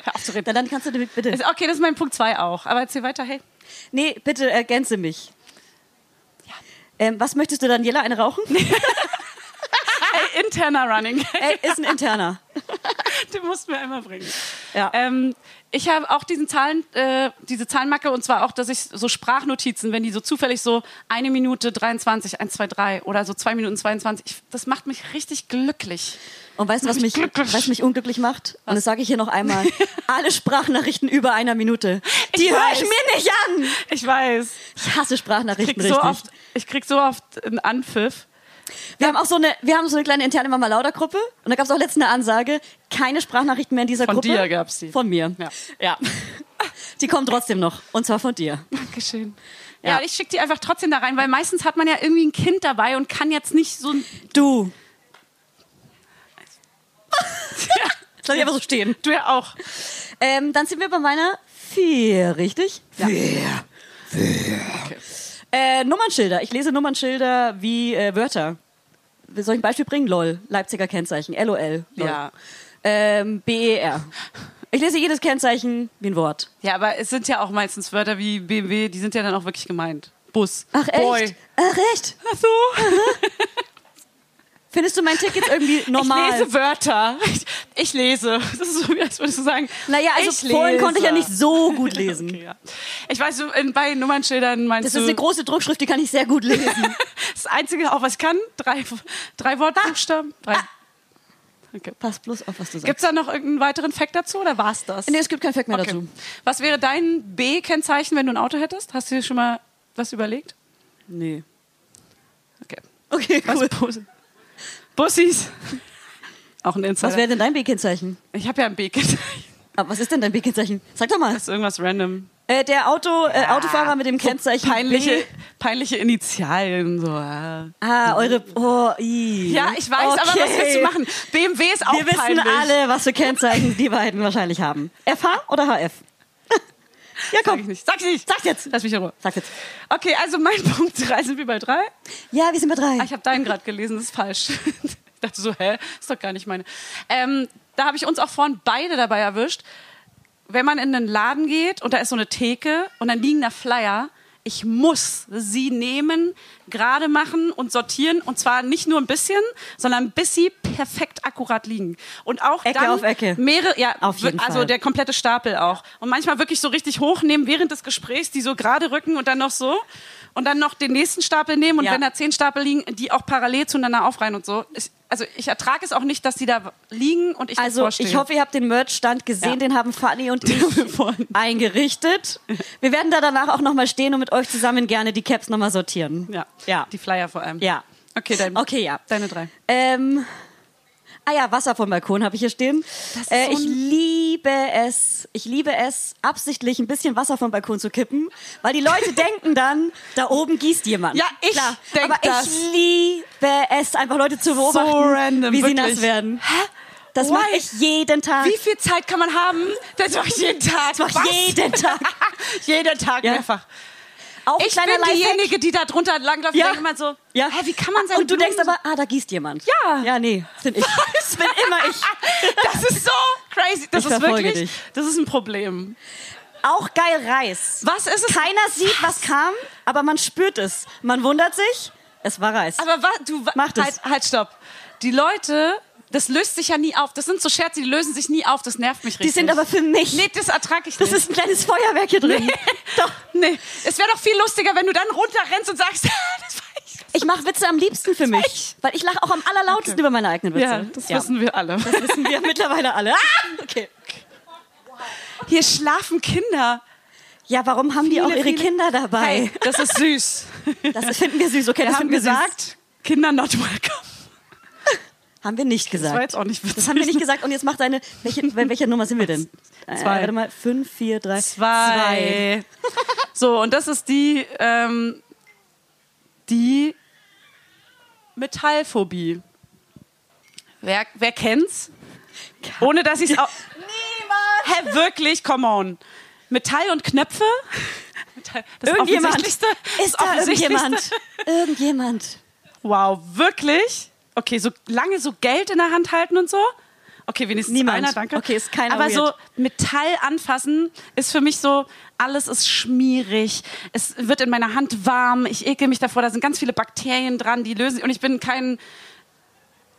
C: Hör auf zu reden. Also-
B: Dann, dann kannst du damit bitte.
C: Ist- Okay, das ist mein Punkt 2 auch. Aber erzähl weiter, hey.
B: Nee, bitte ergänze mich. Ähm, was möchtest du, Daniela? Eine rauchen? Nee.
C: Ey, interner Running.
B: Äh, ist ein interner.
C: Den mussten wir einmal bringen.
B: Ja.
C: Ähm, ich habe auch diesen Zahlen, äh, diese Zahlenmacke und zwar auch, dass ich so Sprachnotizen, wenn die so zufällig so eine Minute 23, 1, 2, 3 oder so zwei Minuten 22, ich, das macht mich richtig glücklich.
B: Und weißt du, was
C: Mach
B: mich,
C: mich glücklich.
B: was mich unglücklich macht? Und das sage ich hier noch einmal. Alle Sprachnachrichten über einer Minute.
C: Ich
B: Die höre ich
C: weiß.
B: mir nicht an.
C: Ich weiß.
B: Ich hasse
C: Ich
B: Sprachnachrichten
C: krieg
B: richtig.
C: so oft, ich krieg so oft einen Anpfiff.
B: Wir haben auch so eine, wir haben so eine kleine interne Mama Lauda Gruppe. Und da gab es auch letztens eine Ansage. Keine Sprachnachrichten mehr in dieser
C: Von
B: Gruppe.
C: dir gab's die.
B: Von mir.
C: Ja.
B: ja. Die kommen trotzdem noch. Und zwar von dir.
C: Dankeschön.
B: Ja.
C: Ja, ich schicke die einfach trotzdem da rein, weil meistens hat man ja irgendwie ein Kind dabei und kann jetzt nicht so ein.
B: Du. Das lass ich einfach so stehen.
C: Du ja auch.
B: Ähm, dann sind wir bei meiner vier, richtig? Ja. Vier. Vier. Äh, Nummernschilder. Ich lese Nummernschilder wie äh, Wörter. Soll ich ein Beispiel bringen? LOL. Leipziger Kennzeichen. LOL. LOL.
C: Ja.
B: Ähm, BER. Ich lese jedes Kennzeichen wie ein Wort.
C: Ja, aber es sind ja auch meistens Wörter wie BMW, die sind ja dann auch wirklich gemeint. Bus.
B: Ach echt?
C: Boy.
B: Ach echt?
C: Ach so.
B: Findest du mein Ticket irgendwie normal?
C: Ich lese Wörter. Ich, ich lese. Das ist so, wie als würdest du sagen.
B: naja, also
C: ich
B: vorhin
C: lese.
B: konnte ich ja nicht so gut lesen.
C: Okay, ja. Ich weiß, so in, bei Nummernschildern meinst
B: Das
C: du.
B: ist eine große Druckschrift, die kann ich sehr gut lesen.
C: das Einzige, auch was ich kann, drei, drei Wortbuchstaben.
B: Ah,
C: Drei.
B: Pass bloß auf, was du sagst.
C: Gibt es da noch irgendeinen weiteren Fact dazu oder war es das?
B: nee, es gibt kein Fact mehr
C: Okay.
B: dazu.
C: Was wäre dein B-Kennzeichen, wenn du ein Auto hättest? Hast du dir schon mal was überlegt?
B: Nee.
C: Okay.
B: Okay,
C: Was
B: cool.
C: Bus Bussis. Auch ein Insider.
B: Was wäre denn dein B-Kennzeichen?
C: ich habe ja ein B-Kennzeichen.
B: Aber Ah, was ist denn dein B-Kennzeichen? Sag doch mal.
C: Das ist irgendwas random.
B: Äh, der Auto, äh, Autofahrer mit dem Kennzeichen B.
C: Ah, Peinliche, peinliche Initialen. So. ah.
B: Ah, eure... Oh, i.
C: Ja, ich weiß, aber was willst du machen? BMW ist auch
B: Wir wissen
C: peinlich.
B: alle, was für Kennzeichen die beiden wahrscheinlich haben. FH oder HF? ja,
C: Sag
B: komm.
C: ich nicht. Sag ich nicht.
B: Sag jetzt.
C: Lass mich in Ruhe.
B: Sag jetzt.
C: Okay, also mein Punkt 3 sind wir bei 3.
B: Ja, wir sind bei drei.
C: Ah, Ich habe deinen gerade gelesen, das ist falsch. Ich dachte so, hä, ist doch gar nicht meine. Ähm, da habe ich uns auch vorhin beide dabei erwischt. Wenn man in einen Laden geht und da ist so eine Theke und dann liegen da Flyer, ich muss sie nehmen, gerade machen und sortieren und zwar nicht nur ein bisschen, sondern bis sie perfekt akkurat liegen. Und auch
B: Ecke
C: dann
B: auf Ecke.
C: mehrere, ja,
B: Auf jeden
C: also
B: Fall.
C: der komplette Stapel auch. Und manchmal wirklich so richtig hochnehmen während des Gesprächs, die so gerade rücken und dann noch so. Und dann noch den nächsten Stapel nehmen und
B: Ja.
C: wenn da zehn Stapel liegen, die auch parallel zueinander aufreihen und so. Ich, also ich ertrage es auch nicht, dass die da liegen und ich
B: Also,
C: davor
B: ich
C: stehe.
B: hoffe, ihr habt den Merch-Stand gesehen.
C: Ja.
B: Den haben Fanny und ich
C: Vorhin.
B: eingerichtet. Wir werden da danach auch nochmal stehen und mit euch zusammen gerne die Caps nochmal sortieren.
C: Ja.
B: Ja.
C: Die Flyer vor allem.
B: Ja.
C: Okay, dein,
B: Okay, ja.
C: deine drei.
B: Ähm, ah ja, Wasser vom Balkon habe ich hier stehen.
C: ist
B: Äh,
C: so
B: ich
C: ein-
B: liebe es, ich liebe es, absichtlich ein bisschen Wasser vom Balkon zu kippen, weil die Leute denken dann, da oben gießt jemand.
C: Ja, ich
B: Klar.
C: denk
B: Aber
C: das.
B: ich liebe es, einfach Leute zu beobachten,
C: random,
B: wie sie
C: wirklich.
B: nass werden. Hä? Das mache
C: Why?
B: ich jeden Tag.
C: Wie viel Zeit kann man haben? Das mache ich jeden Tag.
B: Das mache ich jeden Tag.
C: jeden Tag
B: Ja.
C: mehrfach.
B: Auch ein
C: Ich bin
B: kleiner Lifehack.
C: diejenige, die da drunter langläuft
B: Ja.
C: und denkt immer so, ah,
B: Ja.
C: hä, wie kann man seine
B: Und du
C: Blumen
B: denkst aber, ah, da gießt jemand.
C: Ja.
B: Ja, nee, sind ich. Das bin immer ich.
C: Das ist so crazy. Das
B: Ich
C: ist
B: verfolge
C: wirklich,
B: dich.
C: das ist ein Problem.
B: Auch geil Reis.
C: Was ist es?
B: Keiner sieht, was kam, aber man spürt es. Man wundert sich, es war Reis.
C: Aber wa, du, wa,
B: Mach das.
C: halt, halt, stopp. Die Leute, das löst sich ja nie auf. Das sind so Scherze, die lösen sich nie auf. Das nervt mich
B: Die
C: richtig.
B: sind aber für mich.
C: Nee, das ertrage ich
B: das
C: nicht.
B: ist ein kleines Feuerwerk hier drin. Doch.
C: Nee, es wäre doch viel lustiger, wenn du dann runterrennst und sagst, das war ich.
B: Ich mache Witze am liebsten für mich, weil ich lache auch am allerlautesten
C: Okay.
B: über meine eigenen Witze.
C: Ja, das wissen wir alle.
B: Das wissen wir mittlerweile alle. Ah! Okay.
C: Hier schlafen Kinder.
B: Ja, warum haben die
C: Viele,
B: auch ihre
C: viele-
B: Kinder dabei?
C: Hey, das ist süß.
B: Das finden wir süß, okay,
C: Wir
B: das
C: haben
B: finden wir
C: gesagt,
B: süß.
C: Kinder not welcome.
B: Haben wir nicht
C: Das war
B: gesagt.
C: jetzt auch nicht witzig.
B: Das haben wir nicht gesagt. Und jetzt macht deine, welche, bei welcher Nummer sind wir denn? Äh,
C: Zwei.
B: warte mal, fünf, vier, drei, zwei.
C: Zwei. so, und das ist die, ähm, die Metallphobie. Wer, wer kennt's? Ohne dass ich's auch. Niemand! Hä, wirklich? Come on. Metall und Knöpfe? Metall- Das
B: Irgendjemand.
C: Offensichtlichste. das
B: Ist da
C: Offensichtlichste.
B: irgendjemand? Irgendjemand.
C: Wow, wirklich? Okay, so lange so Geld in der Hand halten und so? Okay, wenigstens
B: Niemand.
C: einer, danke.
B: Okay, ist keiner
C: Aber so
B: weird.
C: Metall anfassen ist für mich so, alles ist schmierig, es wird in meiner Hand warm, ich ekel mich davor, da sind ganz viele Bakterien dran, die lösen sich und ich bin kein,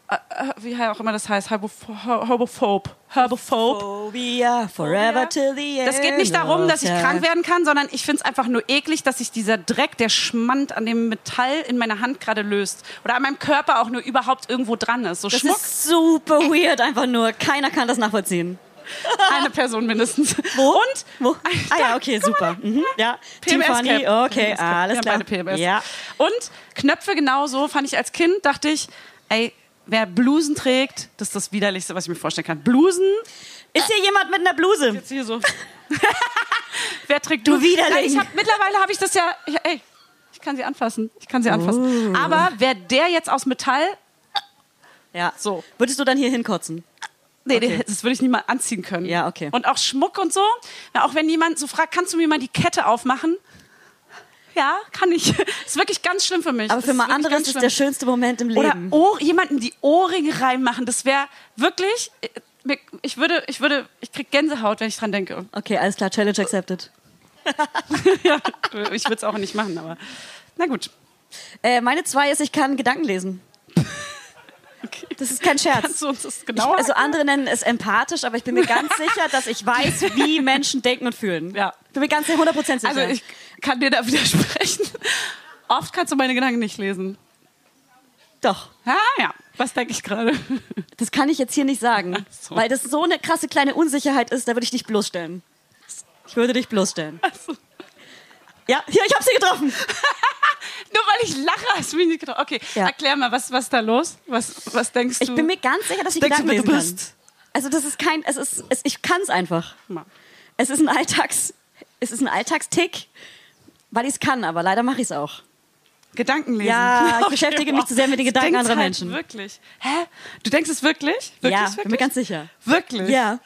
C: äh, äh, wie auch immer das heißt, Herbophob. Herbophob. Herbophob.
B: Phobia, forever till the end.
C: Das geht nicht
B: Genau,
C: darum, dass ich
B: of
C: krank
B: time.
C: werden kann, sondern ich finde es einfach nur eklig, dass sich dieser Dreck, der Schmand an dem Metall in meiner Hand gerade löst. Oder an meinem Körper auch nur überhaupt irgendwo dran ist. So
B: Das
C: Schmuck,
B: ist super weird, einfach nur. Keiner kann das nachvollziehen.
C: eine Person mindestens.
B: Wo?
C: Und?
B: Wo? Ah ja,
C: Da,
B: okay,
C: guck mal
B: super. Mhm. Ja, Team
C: PMS
B: Funny,
C: Cap.
B: okay,
C: PMS Cap.
B: alles
C: Wir
B: klar.
C: haben beide PMS.
B: Ja.
C: Und Knöpfe genauso fand ich als Kind, dachte ich, ey, wer Blusen trägt, das ist das Widerlichste, was ich mir vorstellen kann. Blusen,
B: Ist hier jemand mit einer Bluse?
C: jetzt hier so. wer trägt
B: Du
C: Blusen?
B: Widerling.
C: Nein, ich hab, mittlerweile habe ich das ja, ich, ey, ich kann sie anfassen, ich kann sie anfassen.
B: Oh.
C: Aber wer der jetzt aus Metall
B: Ja.
C: So.
B: Würdest du dann hier hinkotzen?
C: Nee,
B: Okay.
C: nee, das würde ich niemand anziehen können.
B: Ja, okay.
C: Und auch Schmuck und so. Na, auch wenn jemand so fragt, kannst du mir mal die Kette aufmachen? Ja, kann ich. ist wirklich ganz schlimm für mich.
B: Aber
C: Das
B: für mal
C: wirklich
B: andere
C: ganz
B: ist es
C: schlimm.
B: der schönste Moment im
C: Oder
B: Leben.
C: Ohr, jemanden die Ohrringe reinmachen. Das wäre wirklich. äh, mir- Ich würde, ich würde, ich krieg Gänsehaut, wenn ich dran denke.
B: Okay, alles klar, Challenge accepted.
C: ja, ich würde es auch nicht machen, aber na gut.
B: Äh, meine zwei ist, ich kann Gedanken lesen.
C: Okay.
B: Das ist kein
C: Kannst
B: Scherz.
C: du uns das
B: Ich,
C: genauer?
B: also andere nennen es empathisch, aber ich bin mir ganz sicher, dass ich weiß, wie Menschen denken und fühlen.
C: Ja.
B: Ich bin mir ganz 100% sicher.
C: Also ich kann dir da widersprechen. Oft kannst du meine Gedanken nicht lesen.
B: Doch.
C: Ah ja, was denke ich gerade?
B: Das kann ich jetzt hier nicht sagen,
C: Ach so.
B: weil das so eine krasse kleine Unsicherheit ist, da würde ich dich bloßstellen. Ich würde dich bloßstellen.
C: so.
B: Ja, hier, ich hab sie getroffen.
C: Nur weil ich lache, hast du mich nicht gedacht. Okay,
B: Ja.
C: erklär mal, was, was ist da los? Was, was denkst du?
B: Ich bin mir ganz sicher, dass ich
C: Denkst du,
B: Gedanken lesen
C: wer du
B: kann.
C: bist?
B: Also das ist kein, es ist, es, ich kann es einfach.
C: Mal.
B: Es ist ein Alltags, es ist ein Alltagstick, weil ich es kann, aber leider mache ich es auch.
C: Gedanken lesen.
B: Ja, ich
C: Okay,
B: beschäftige mich
C: wow.
B: zu sehr mit den
C: Ich
B: Gedanken
C: denk's
B: anderer
C: halt
B: Menschen.
C: Wirklich. Hä? Du denkst es wirklich? Wirklich?
B: ja,
C: wirklich?
B: bin mir ganz sicher.
C: Wirklich?
B: Ja.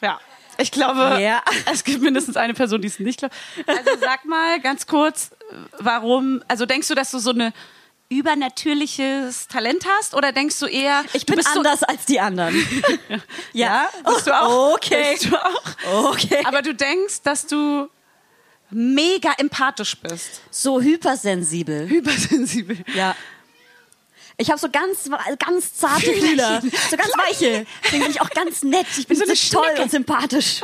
C: Ja. Ich glaube,
B: Ja.
C: es gibt mindestens eine Person, die es nicht glaubt. Also sag mal ganz kurz, warum, also denkst du, dass du so eine übernatürliches Talent hast oder denkst du eher
B: Ich
C: du
B: bin
C: bist
B: anders als die anderen. ja.
C: so, bist du auch
B: Okay.
C: bist du auch
B: Okay.
C: aber du denkst dass du mega empathisch bist
B: so hypersensibel.
C: übersensibel
B: Ja. Ich habe so ganz, ganz zarte Fühler, so ganz weiche. Deswegen bin ich auch ganz nett. Ich bin
C: so
B: so
C: eine
B: toll
C: Schnecke.
B: und sympathisch.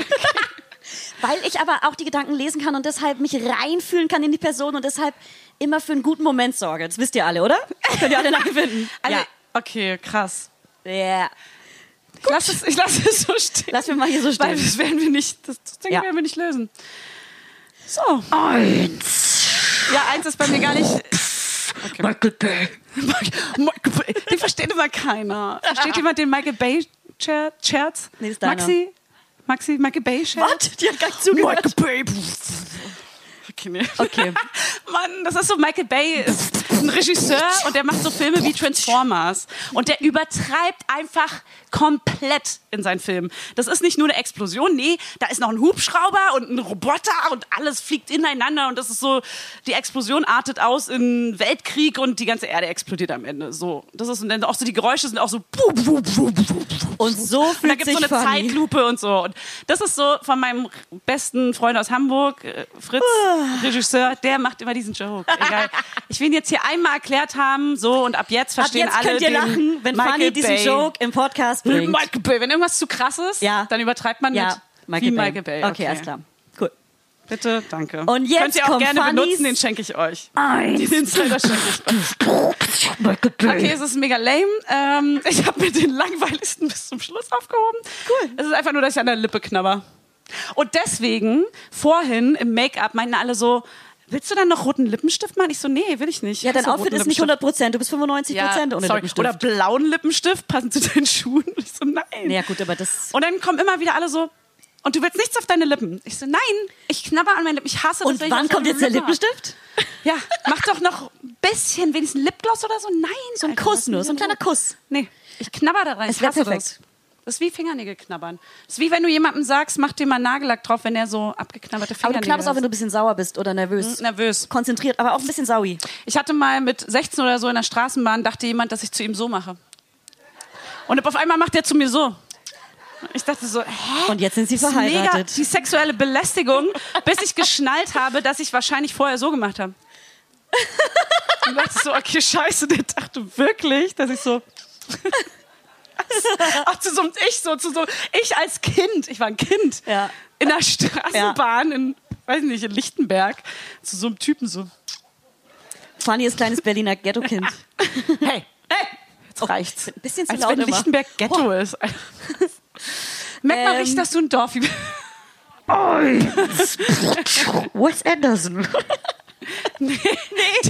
B: Weil ich aber auch die Gedanken lesen kann und deshalb mich reinfühlen kann in die Person und deshalb immer für einen guten Moment sorge. Das wisst ihr alle, oder? Könnt ihr alle nachfinden.
C: also,
B: ja.
C: okay krass
B: ja.
C: ich lasse es, ich lass es so stehen
B: Lass mir mal hier so
C: weil
B: stehen.
C: das werden wir nicht das Ding
B: Ja.
C: werden wir nicht lösen so eins ja eins ist bei mir gar nicht
D: Michael Bay.
C: Michael Bay. Den versteht immer keiner. Versteht jemand den Michael Bay Scher- Scherz?
B: Nee, ist deiner.
C: Maxi? Maxi, Michael Bay Scherz?
B: Was? Die hat gar nicht zugehört.
C: Michael Bay. Okay, nee.
B: Okay.
C: Mann, das ist so, Michael Bay ist ein Regisseur und der macht so Filme wie Transformers. Und der übertreibt einfach komplett in seinen Filmen. Das ist nicht nur eine Explosion, nee, da ist noch ein Hubschrauber und ein Roboter und alles fliegt ineinander und das ist so, die Explosion artet aus in Weltkrieg und die ganze Erde explodiert am Ende. So, das ist, und dann auch so, die Geräusche sind auch so,
B: Und so
C: und da
B: fühlt
C: gibt
B: sich
C: es so eine
B: funny.
C: Zeitlupe und so. Und das ist so von meinem besten Freund aus Hamburg, äh, Fritz,
B: Ah.
C: Regisseur, der macht immer diesen Joke. Egal. Ich will ihn jetzt hier einmal erklärt haben, so und ab jetzt
B: Ab
C: verstehen
B: jetzt
C: alle
B: könnt ihr
C: den
B: lachen, wenn
C: Michael
B: Fanny diesen
C: Bay.
B: Joke im Podcast bringt.
C: Michael Bay. Wenn irgendwas zu krass ist,
B: Ja.
C: dann übertreibt man
B: ja,
C: mit
B: Michael
C: wie
B: Bay.
C: Michael Bay.
B: Okay, alles klar. Cool.
C: Bitte, danke.
B: Und jetzt
C: Könnt ihr auch
B: kommt
C: gerne
B: Fannys-
C: benutzen, den schenke ich euch. Den Insider schenke ich euch.
D: Michael Bay.
C: Okay, es ist mega lame. Ähm, ich habe mir den langweiligsten bis zum Schluss aufgehoben. Cool. Es ist einfach nur, dass ich an der Lippe knabber. Und deswegen, vorhin im Make-up meinten alle so, willst du dann noch roten Lippenstift machen? Ich so, nee, will ich nicht.
B: Ja,
C: Ich hasse
B: dein Outfit
C: roten
B: ist nicht
C: Lippenstift.
B: 100%, du bist 95% ohne
C: sorry.
B: Lippenstift.
C: Oder blauen Lippenstift, passend zu deinen Schuhen. Ich so, nein.
B: Naja, gut, aber das.
C: Und dann kommen immer wieder alle so, und du willst nichts auf deine Lippen. Ich so, nein, ich knabber an meine Lippen. Ich hasse
B: Und
C: das. wenn ich
B: wann
C: was
B: kommt
C: auf
B: jetzt der
C: meine Lippe hab.
B: Lippenstift?
C: Ja, mach doch noch ein bisschen, wenigstens Lipgloss oder so. Nein, so ein
B: Kuss nur, so ein kleiner Kuss.
C: Nee, ich knabber da rein.
B: Es
C: Es
B: wär
C: wäre perfekt.
B: perfekt.
C: Das. das ist wie Fingernägel knabbern. Das ist wie wenn du jemandem sagst, mach dir mal Nagellack drauf, wenn er so abgeknabberte
B: Aber
C: Fingernägel
B: du knabberst auch, wenn
C: hat.
B: du ein bisschen sauer bist oder nervös.
C: nervös.
B: Konzentriert, aber auch ein bisschen saui.
C: Ich hatte mal mit 16 oder so in der Straßenbahn, dachte jemand, dass ich zu ihm so mache. Und auf einmal macht er zu mir so. Ich dachte so, hä?
B: Und jetzt sind sie
C: Das ist Mega,
B: verheiratet.
C: die sexuelle Belästigung, bis ich geschnallt habe, dass ich wahrscheinlich vorher so gemacht habe. Und dachte so, okay, scheiße, der dachte wirklich, dass ich so. Ach, zu so einem Ich, so, zu so. Ich als Kind, ich war ein Kind,
B: Ja.
C: in der Straßenbahn in, weiß nicht, in Lichtenberg, zu so einem Typen so.
B: Fanny ist kleines Berliner Ghetto-Kind.
C: Hey, hey, jetzt reicht's.
B: Oh, Ein bisschen zu
C: Als
B: laut
C: wenn
B: immer. Oh.
C: Lichtenberg Ghetto ist. Merkt man
B: Ähm.
C: richtig, dass du ein Dorfi bist.
D: Wes Anderson.
C: Nee,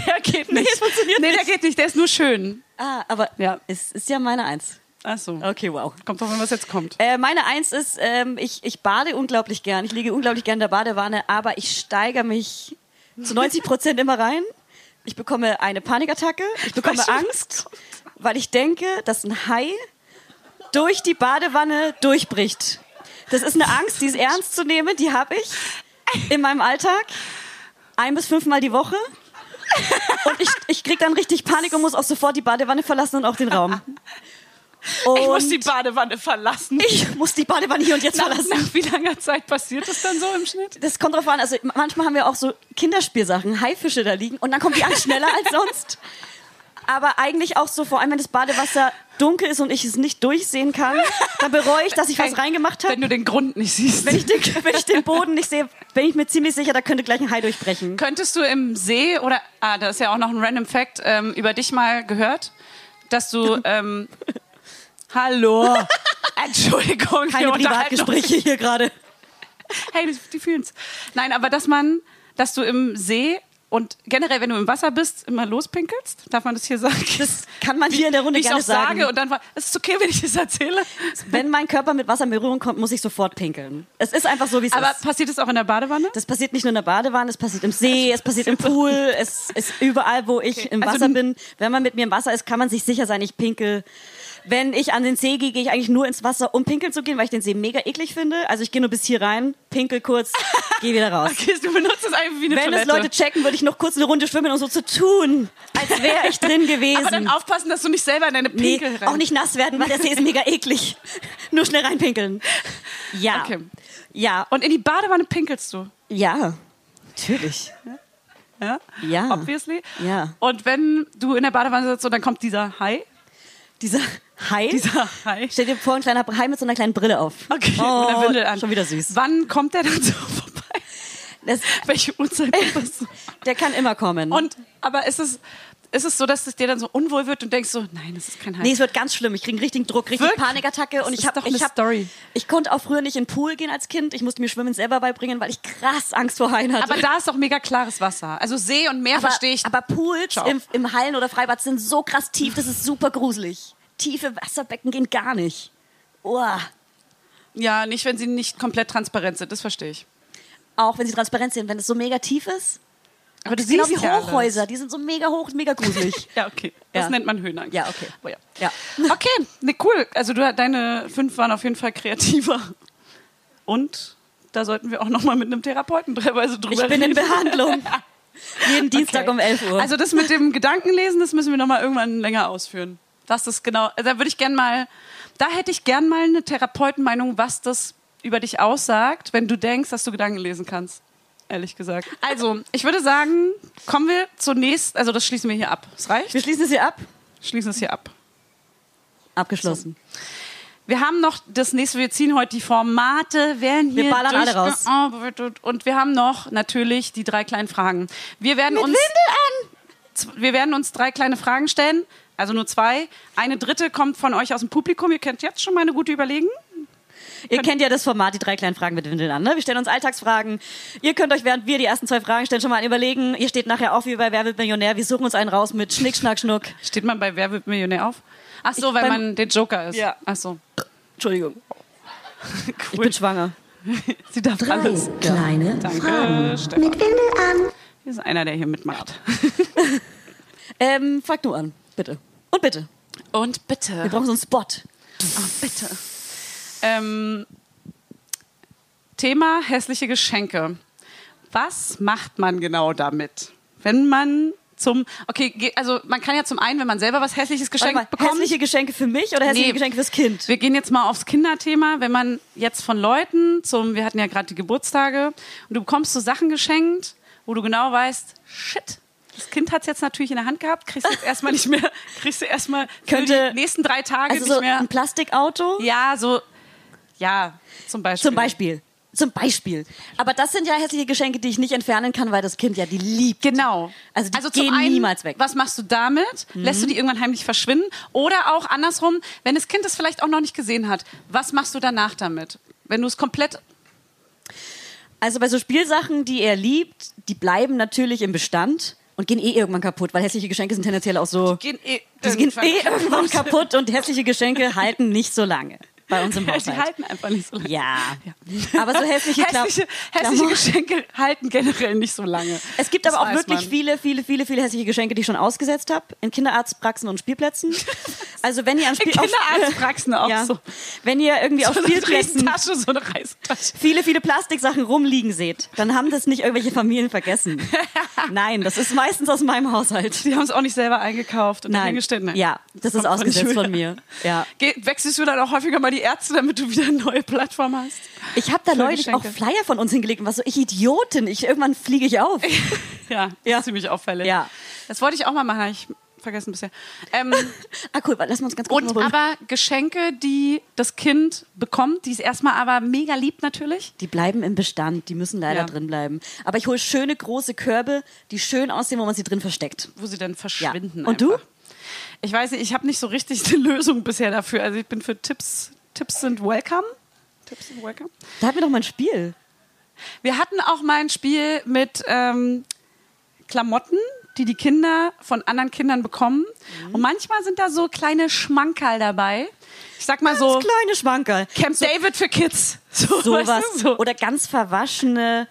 C: der geht nicht.
B: das funktioniert
C: nee, der geht nicht. Der ist nur schön.
B: Ah, aber
C: Ja.
B: es ist ja meine Eins.
C: Ach so.
B: Okay, wow.
C: Kommt drauf an, was jetzt kommt.
B: Äh, meine Eins ist, ähm, ich, ich bade unglaublich gern. Ich liege unglaublich gern in der Badewanne, aber ich steigere mich zu 90 Prozent immer rein. Ich bekomme eine Panikattacke, ich bekomme
C: Weißt du, was
B: Angst, weil ich denke, dass ein Hai durch die Badewanne durchbricht. Das ist eine Angst, die ist ernst zu nehmen, die habe ich in meinem Alltag. Ein bis fünfmal die Woche. Und ich, ich krieg dann richtig Panik und muss auch sofort die Badewanne verlassen und auch den Raum.
C: Ich muss
B: Und-
C: die Badewanne verlassen.
B: Ich muss die Badewanne hier und jetzt
C: nach,
B: verlassen.
C: nach wie langer Zeit passiert das dann so im Schnitt?
B: Das kommt drauf an. Also manchmal haben wir auch so Kinderspielsachen, Haifische da liegen und dann kommt die an schneller als sonst. Aber eigentlich auch so, vor allem wenn das Badewasser dunkel ist und ich es nicht durchsehen kann, dann bereue ich, dass ich was reingemacht habe.
C: Wenn du den Grund nicht siehst.
B: Wenn ich, den, wenn ich den Boden nicht sehe, bin ich mir ziemlich sicher, da könnte gleich ein Hai durchbrechen.
C: Könntest du im See oder, ah, das ist ja auch noch ein random Fact, ähm, über dich mal gehört, dass du, ähm, hallo, Entschuldigung,
B: Keine
C: wir unterhalten uns.
B: Privatgespräche hier gerade.
C: Hey, die- die fühlen's. Nein, aber dass man, dass du im See und generell, wenn du im Wasser bist, immer lospinkelst, darf man das hier sagen?
B: Das kann man hier in der Runde
C: Wie ich's
B: gerne
C: auch sage
B: sagen.
C: und dann war, es ist okay, wenn ich das erzähle.
B: Wenn mein Körper mit Wasser in Berührung kommt, muss ich sofort pinkeln. Es ist einfach so, wie es
C: Aber
B: ist.
C: passiert es auch in der Badewanne?
B: Das passiert nicht nur in der Badewanne, es passiert im See, es passiert im Pool, es ist überall, wo ich im
C: Also
B: Wasser
C: n-
B: bin. Wenn man mit mir im Wasser ist, kann man sich sicher sein, ich pinkel. Wenn ich an den See gehe, gehe ich eigentlich nur ins Wasser, um pinkeln zu gehen, weil ich den See mega eklig finde. Also ich gehe nur bis hier rein, pinkel kurz, gehe wieder raus.
C: Okay, du benutzt es einfach wie eine
B: Wenn
C: Toilette.
B: es Leute checken, würde ich noch kurz eine Runde schwimmen, um so zu tun, als wäre ich drin gewesen.
C: aber dann aufpassen, dass du nicht selber in deine
B: Nee,
C: Pinkel rein.
B: auch nicht nass werden, weil der See ist mega eklig. Nur schnell reinpinkeln. Ja.
C: Okay.
B: Ja.
C: Und in die Badewanne pinkelst du.
B: Ja. Natürlich.
C: Ja?
B: Ja.
C: Obviously.
B: Ja.
C: Und wenn du in der Badewanne sitzt und dann kommt dieser Hai.
B: Dieser Hai.
C: Dieser Hai.
B: Stell dir vor, ein kleiner Hai mit so einer kleinen Brille auf.
C: Okay,
B: Oh,
C: mit der Windel an.
B: Schon wieder süß.
C: Wann kommt der dann so vorbei?
B: Das,
C: Welche Uhrzeit ist das?
B: der kann immer kommen.
C: Und, aber ist es, ist es so, dass es dir dann so unwohl wird und denkst so, nein, das ist kein Hai.
B: Nee, es wird ganz schlimm. Ich kriege einen richtigen Druck, richtig
C: Wirklich?
B: Panikattacke. Und
C: Das
B: ich
C: ist
B: habe,
C: doch eine
B: ich hab,
C: Story.
B: ich konnte auch früher nicht in den Pool gehen als Kind. Ich musste mir Schwimmen selber beibringen, weil ich krass Angst vor Haien hatte.
C: aber da ist doch mega klares Wasser. Also See und Meer
B: Also aber,
C: verstehe ich.
B: aber Pools
C: Ciao.
B: im, im Hallen oder Freibad sind so krass tief, das ist super gruselig. Tiefe Wasserbecken gehen gar nicht. Uah.
C: ja, nicht, wenn sie nicht komplett transparent sind, das verstehe ich.
B: Auch wenn sie transparent sind, wenn es so mega tief ist.
C: Aber du
B: Genau wie
C: siehst ja
B: Hochhäuser, die sind so mega hoch und mega gruselig.
C: alles. Ja, okay. Das
B: Ja.
C: nennt man Höhenangst.
B: Ja, okay.
C: Aber ja.
B: ja.
C: Okay, nee, cool. Also du, deine fünf waren auf jeden Fall kreativer. Und da sollten wir auch nochmal mit einem Therapeuten teilweise drüber
B: Ich bin in
C: reden.
B: Behandlung. Jeden Dienstag
C: Okay.
B: um 11 Uhr.
C: Also das mit dem Gedankenlesen, das müssen wir nochmal irgendwann länger ausführen. Was das genau, also da würde ich gern mal, da hätte ich gern mal eine Therapeutenmeinung, was das über dich aussagt, wenn du denkst, dass du Gedanken lesen kannst. Ehrlich gesagt. Also, ich würde sagen, kommen wir zunächst, also das schließen wir hier ab. Es reicht?
B: wir schließen es hier ab.
C: Schließen es hier ab.
B: Abgeschlossen.
C: Wir haben noch das nächste, wir ziehen heute die Formate, werden hier
B: Wir ballern alle raus.
C: durchgearbeitet. Und wir haben noch natürlich die drei kleinen Fragen. Wir werden uns Z- wir werden uns drei kleine Fragen stellen, also nur zwei. Eine dritte kommt von euch aus dem Publikum. Ihr könnt jetzt schon mal eine gute überlegen.
B: Ihr kennt ja das Format, die drei kleinen Fragen mit Windeln an. Ne? Wir stellen uns Alltagsfragen. Ihr könnt euch, während wir die ersten zwei Fragen stellen, schon mal überlegen. Ihr steht nachher auf wie bei Wer wird Millionär. Wir suchen uns einen raus mit Schnick, Schnack, Schnuck.
C: Steht man bei Wer wird Millionär auf? Ach so,
B: Ich-
C: weil
B: beim-
C: man den Joker ist.
B: Ja.
C: Ach so.
B: Entschuldigung. Ich bin schwanger.
C: Sie darf
D: Drei
C: alles.
D: kleine
C: Danke, Stefan.
D: mit Windel an.
C: Hier ist einer, der hier mitmacht.
B: Ähm, fang du an, bitte. Und bitte.
C: Und bitte.
B: Wir brauchen so einen Spot.
C: Oh, bitte. Ähm, Thema hässliche Geschenke. Was macht man genau damit? Wenn man zum, okay, ge- also man kann ja zum einen, wenn man selber was hässliches
B: Warte mal,
C: geschenkt bekommt,
B: hässliche Geschenke für mich oder hässliche
C: Nee.
B: Geschenke fürs Kind?
C: Wir gehen jetzt mal aufs Kinderthema. Wenn man jetzt von Leuten zum, wir hatten ja gerade die Geburtstage, und du bekommst so Sachen geschenkt, wo du genau weißt, shit. Das Kind hat es jetzt natürlich in der Hand gehabt, kriegst du jetzt erstmal nicht mehr, kriegst du erstmal für
B: Könnte-
C: die nächsten drei Tage
B: Also
C: nicht
B: so
C: mehr.
B: ein Plastikauto?
C: Ja, so, ja, zum Beispiel.
B: Zum Beispiel. Zum Beispiel. Aber das sind ja hässliche Geschenke, die ich nicht entfernen kann, weil das Kind ja die liebt.
C: Genau.
B: Also die
C: zum
B: gehen niemals weg. Mhm.
C: Was machst du damit? Lässt du die irgendwann heimlich verschwinden? Oder auch andersrum, wenn das Kind es vielleicht auch noch nicht gesehen hat, was machst du danach damit? Wenn du es komplett
B: Also bei so Spielsachen, die er liebt, die bleiben natürlich im Bestand und gehen eh irgendwann kaputt, weil hässliche Geschenke sind tendenziell auch so.
C: gehen eh
B: Die gehen eh irgendwann kaputt und hässliche Geschenke halten nicht so lange bei uns im
C: Ja, Die
B: Haushalt.
C: halten einfach nicht so lange.
B: Ja.
C: Ja.
B: Aber so hässliche, Kla-
C: hässliche, hässliche
B: Klamotten.
C: Geschenke halten generell nicht so lange.
B: Es gibt aber
C: Das
B: auch
C: weiß
B: wirklich
C: man.
B: viele, viele, viele, viele hässliche Geschenke, die ich schon ausgesetzt habe. In Kinderarztpraxen und Spielplätzen. Also wenn ihr an Spiel auf-
C: Kinderarztpraxen auch
B: ja.
C: so.
B: Wenn ihr irgendwie auf
C: so eine
B: Spielplätzen
C: Riesentasche, so eine Reisetasche.
B: viele, viele Plastiksachen rumliegen seht, dann haben das nicht irgendwelche Familien vergessen. Nein, das ist meistens aus meinem Haushalt.
C: Die haben es auch nicht selber eingekauft und
B: Nein.
C: hingestellt. Nein.
B: Ja, das ist
C: Kommt von
B: ausgesetzt
C: Julia.
B: von mir. Ja.
C: Ge wechselst du dann auch häufiger mal die Ärzte, damit du wieder eine neue Plattform hast?
B: Ich habe da
C: Schöne
B: neulich auch
C: Geschenke.
B: Flyer von uns hingelegt und war so, ich Idiotin, ich, irgendwann fliege ich auf.
C: Ja,
B: Ja.
C: ja. ziemlich auffällig.
B: Ja.
C: Das wollte ich auch mal machen, habe ich vergessen bisher. Ähm,
B: Ah cool, warte, lass uns ganz kurz
C: und
B: überholen.
C: aber Geschenke, die das Kind bekommt, die es erstmal aber mega liebt natürlich.
B: Die bleiben im Bestand, die müssen leider
C: Ja.
B: drin bleiben. Aber ich hole schöne große Körbe, die schön aussehen, wo man sie drin versteckt.
C: wo sie dann verschwinden.
B: Und du?
C: einfach. Ich weiß nicht, ich habe nicht so richtig eine Lösung bisher dafür. Also ich bin für Tipps. Tipps sind welcome. Tipps sind welcome.
B: Da hatten wir doch mal ein Spiel.
C: Wir hatten auch mal ein Spiel mit ähm, Klamotten, die die Kinder von anderen Kindern bekommen.
B: Mhm.
C: Und manchmal sind da so kleine Schmankerl dabei. Ich sag mal so
B: Das kleine Schwankerl.
C: Camp David für Kids. So,
B: Sowas.
C: weißt du, so.
B: Oder ganz verwaschene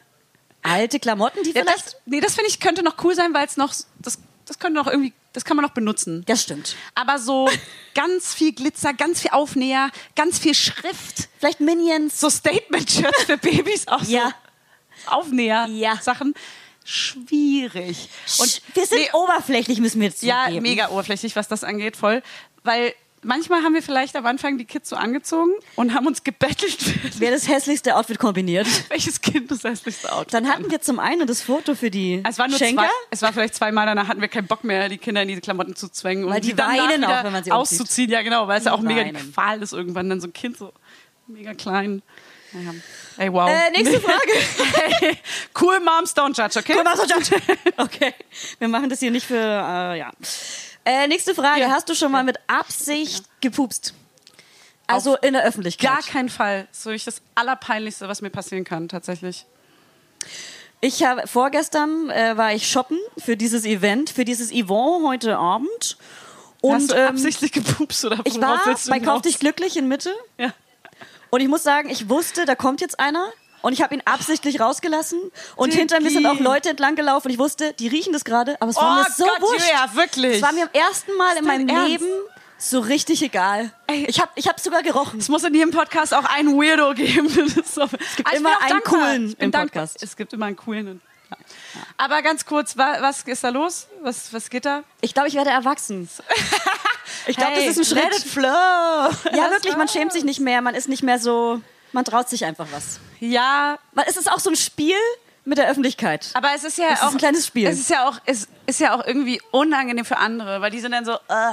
B: alte Klamotten, die
C: ja,
B: vielleicht.
C: das, nee, das finde ich könnte noch cool sein, weil es noch das, das könnte noch irgendwie das kann man noch benutzen.
B: das stimmt.
C: Aber so ganz viel Glitzer, ganz viel Aufnäher, ganz viel Schrift.
B: Vielleicht Minions.
C: So Statement-Shirts für Babys auch
B: Ja.
C: so Aufnäher
B: Ja.
C: Sachen. Schwierig.
B: Und wir sind
C: nee,
B: oberflächlich, müssen wir jetzt
C: ja
B: zugeben.
C: mega oberflächlich, was das angeht, voll. Weil manchmal haben wir vielleicht am Anfang die Kids so angezogen und haben uns gebettelt,
B: Wer das hässlichste Outfit kombiniert.
C: welches Kind das hässlichste Outfit
B: Dann
C: hat.
B: hatten wir zum einen das Foto für die
C: es war nur
B: Schenker.
C: zwei, es war vielleicht zweimal, danach hatten wir keinen Bock mehr, die Kinder in diese Klamotten zu zwängen um
B: Weil
C: und
B: die
C: danach
B: weinen auch,
C: wieder
B: wenn man sie umzieht.
C: auszuziehen. Ja, genau, weil es ja auch mega die
B: Weinen.
C: Qual ist irgendwann, dann so ein Kind so mega klein. Naja. Ey, wow.
B: Äh, nächste Frage.
C: Hey, cool Moms don't judge, okay?
B: Cool, mach's doch, Judge. Okay, wir machen das hier nicht für, äh, ja. Äh, nächste Frage.
C: Ja.
B: Hast du schon mal mit Absicht gepupst? Also in der Öffentlichkeit.
C: Gar keinen Fall. Das ist wirklich das Allerpeinlichste, was mir passieren kann, tatsächlich.
B: Ich habe vorgestern äh, war ich shoppen für dieses Event, für dieses Event heute Abend. Und
C: Hast du
B: ähm,
C: absichtlich gepupst oder
B: ich war
C: worauf willst du
B: bei Kauf
C: hinaus?
B: dich glücklich in Mitte
C: Ja.
B: und ich muss sagen, ich wusste, da kommt jetzt einer. Und ich habe ihn absichtlich rausgelassen. Und
C: Diggi.
B: hinter mir sind auch Leute entlang gelaufen. Ich wusste, die riechen das gerade, aber es war
C: Oh
B: mir so
C: Gott,
B: wurscht.
C: Julia, wirklich.
B: Es war mir am ersten Mal in
C: dein
B: meinem
C: Ernst?
B: Leben so richtig egal.
C: Ey.
B: Ich habe ich hab sogar gerochen.
C: Es muss in jedem Podcast auch einen Weirdo geben. Das ist so. Ah, Es gibt
B: immer einen coolen
C: ich bin
B: im
C: dankbar.
B: Podcast.
C: Es gibt immer einen coolen. Und, ja. Aber ganz kurz, wa was ist da los? Was, was geht da?
B: Ich glaube, ich werde erwachsen. ich glaube,
C: Hey,
B: das ist ein
C: let
B: Schritt.
C: it flow.
B: Ja, wirklich, man schämt sich nicht mehr. Man ist nicht mehr so. Man traut sich einfach was.
C: Ja,
B: Man, es ist auch so ein Spiel mit der Öffentlichkeit.
C: Aber es ist ja
B: Es ist
C: auch
B: ein kleines Spiel.
C: Es ist ja auch es ist ja auch irgendwie unangenehm für andere, weil die sind dann so äh,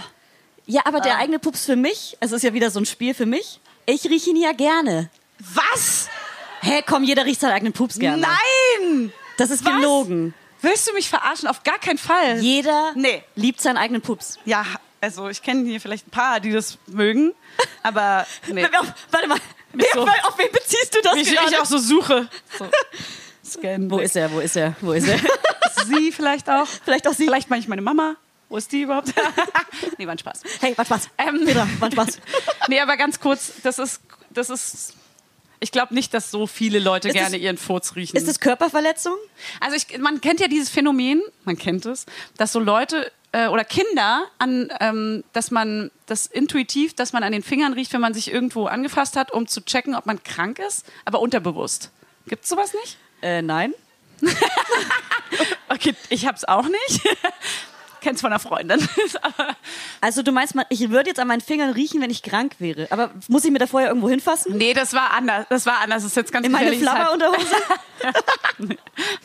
B: Ja, aber
C: Ah.
B: der eigene Pups für mich, es ist ja wieder so ein Spiel für mich. Ich rieche ihn ja gerne.
C: was?
B: Hä, komm, jeder riecht seinen eigenen Pups gerne.
C: Nein!
B: Das ist
C: Was?
B: gelogen.
C: Willst du mich verarschen? Auf gar keinen Fall.
B: Jeder
C: Nee.
B: liebt seinen eigenen Pups.
C: ja, also ich kenne hier vielleicht ein paar, die das mögen, aber nee.
B: Warte mal. Wer,
C: so-
B: Auf wen beziehst du das
C: Wie ich,
B: gerade?
C: ich auch so suche. So. Scan.
B: Wo ist er? Wo ist er? Wo ist er?
C: sie vielleicht auch?
B: Vielleicht auch sie.
C: Vielleicht meine ich meine Mama. Wo ist die überhaupt? nee, war ein Spaß.
B: Hey, war Spaß.
C: Ähm.
B: Peter, war Spaß.
C: Nee, aber ganz kurz, das ist das ist ich glaube nicht, dass so viele Leute
B: Ist das-
C: gerne ihren Furz riechen.
B: Ist das Körperverletzung?
C: Also ich, man kennt ja dieses Phänomen, man kennt es, dass so Leute äh, oder Kinder an, ähm, dass man das intuitiv, dass man an den Fingern riecht, wenn man sich irgendwo angefasst hat, um zu checken, ob man krank ist, aber unterbewusst. Gibt's sowas nicht?
B: Äh, nein.
C: Okay, ich hab's auch nicht. Kenn's von einer Freundin. aber
B: Also du meinst, man, ich würde jetzt an meinen Fingern riechen, wenn ich krank wäre. Aber muss ich mir da vorher irgendwo hinfassen?
C: nee, das war anders. Das war anders. Das ist jetzt ganz
B: In meine
C: gefährliches
B: Flabberunterhose?
C: Nee,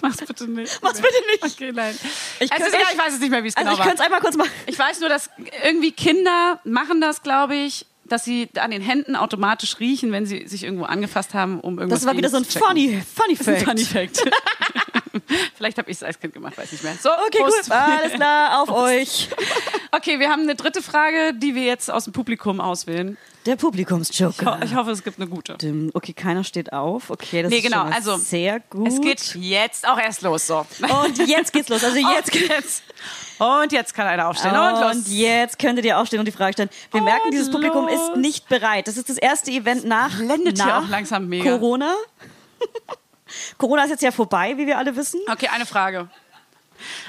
C: Mach's bitte nicht.
B: Mach's bitte nicht.
C: Okay, nein.
B: Ich
C: Ich, es
B: könnte
C: ist, egal,
B: echt-
C: ich weiß es nicht mehr, wie es
B: Also
C: genau
B: ich
C: war.
B: könnte es einmal kurz machen.
C: Ich weiß nur, dass irgendwie Kinder machen das, glaube ich, dass sie an den Händen automatisch riechen, wenn sie sich irgendwo angefasst haben, um irgendwas
B: Das war wieder so ein
C: Ähnliches zu checken.
B: funny, funny
C: Das ist ein
B: Fact.
C: Funny Fact. Vielleicht habe ich es als Kind gemacht, weiß nicht mehr. So,
B: Okay,
C: Prost.
B: gut. Alles klar, auf euch.
C: Okay, wir haben eine dritte Frage, die wir jetzt aus dem Publikum auswählen.
B: Der
C: Ich, ho
B: Publikumsjoker.
C: ich hoffe, es gibt eine gute.
B: Stimmt. Okay, keiner steht auf. Okay, das
C: Nee,
B: ist schon
C: genau,
B: mal
C: also,
B: sehr gut.
C: Es geht Oh, jetzt auch erst los. So.
B: Und jetzt geht's los. Also jetzt
C: Und jetzt. Und jetzt kann einer aufstehen. Und los.
B: Und jetzt könntet ihr aufstehen und die Frage stellen. Wir merken, dieses Publikum
C: los.
B: ist nicht bereit. Das ist das erste Event nach,
C: blendet hier
B: nach
C: auch langsam mega.
B: Corona. Corona ist jetzt ja vorbei, wie wir alle wissen.
C: Okay, eine Frage.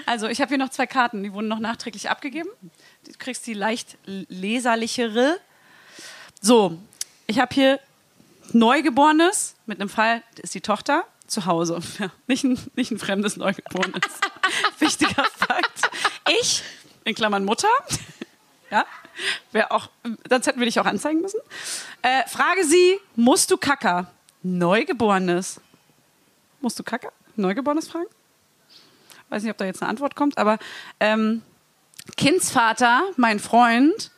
C: Also, ich habe hier noch zwei Karten, die wurden noch nachträglich abgegeben. Du kriegst die leicht leserlichere. So, ich habe hier Neugeborenes mit einem Fall, das ist die Tochter zu Hause. Ja, nicht, ein, nicht ein fremdes Neugeborenes. Wichtiger Fakt. Ich, in Klammern Mutter, ja, wär auch, sonst hätten wir dich auch anzeigen müssen. Äh, frage sie, musst du Kacker? Neugeborenes. Musst du Kacker? Neugeborenes fragen? Weiß nicht, ob da jetzt eine Antwort kommt, aber ähm, Kindsvater, mein Freund,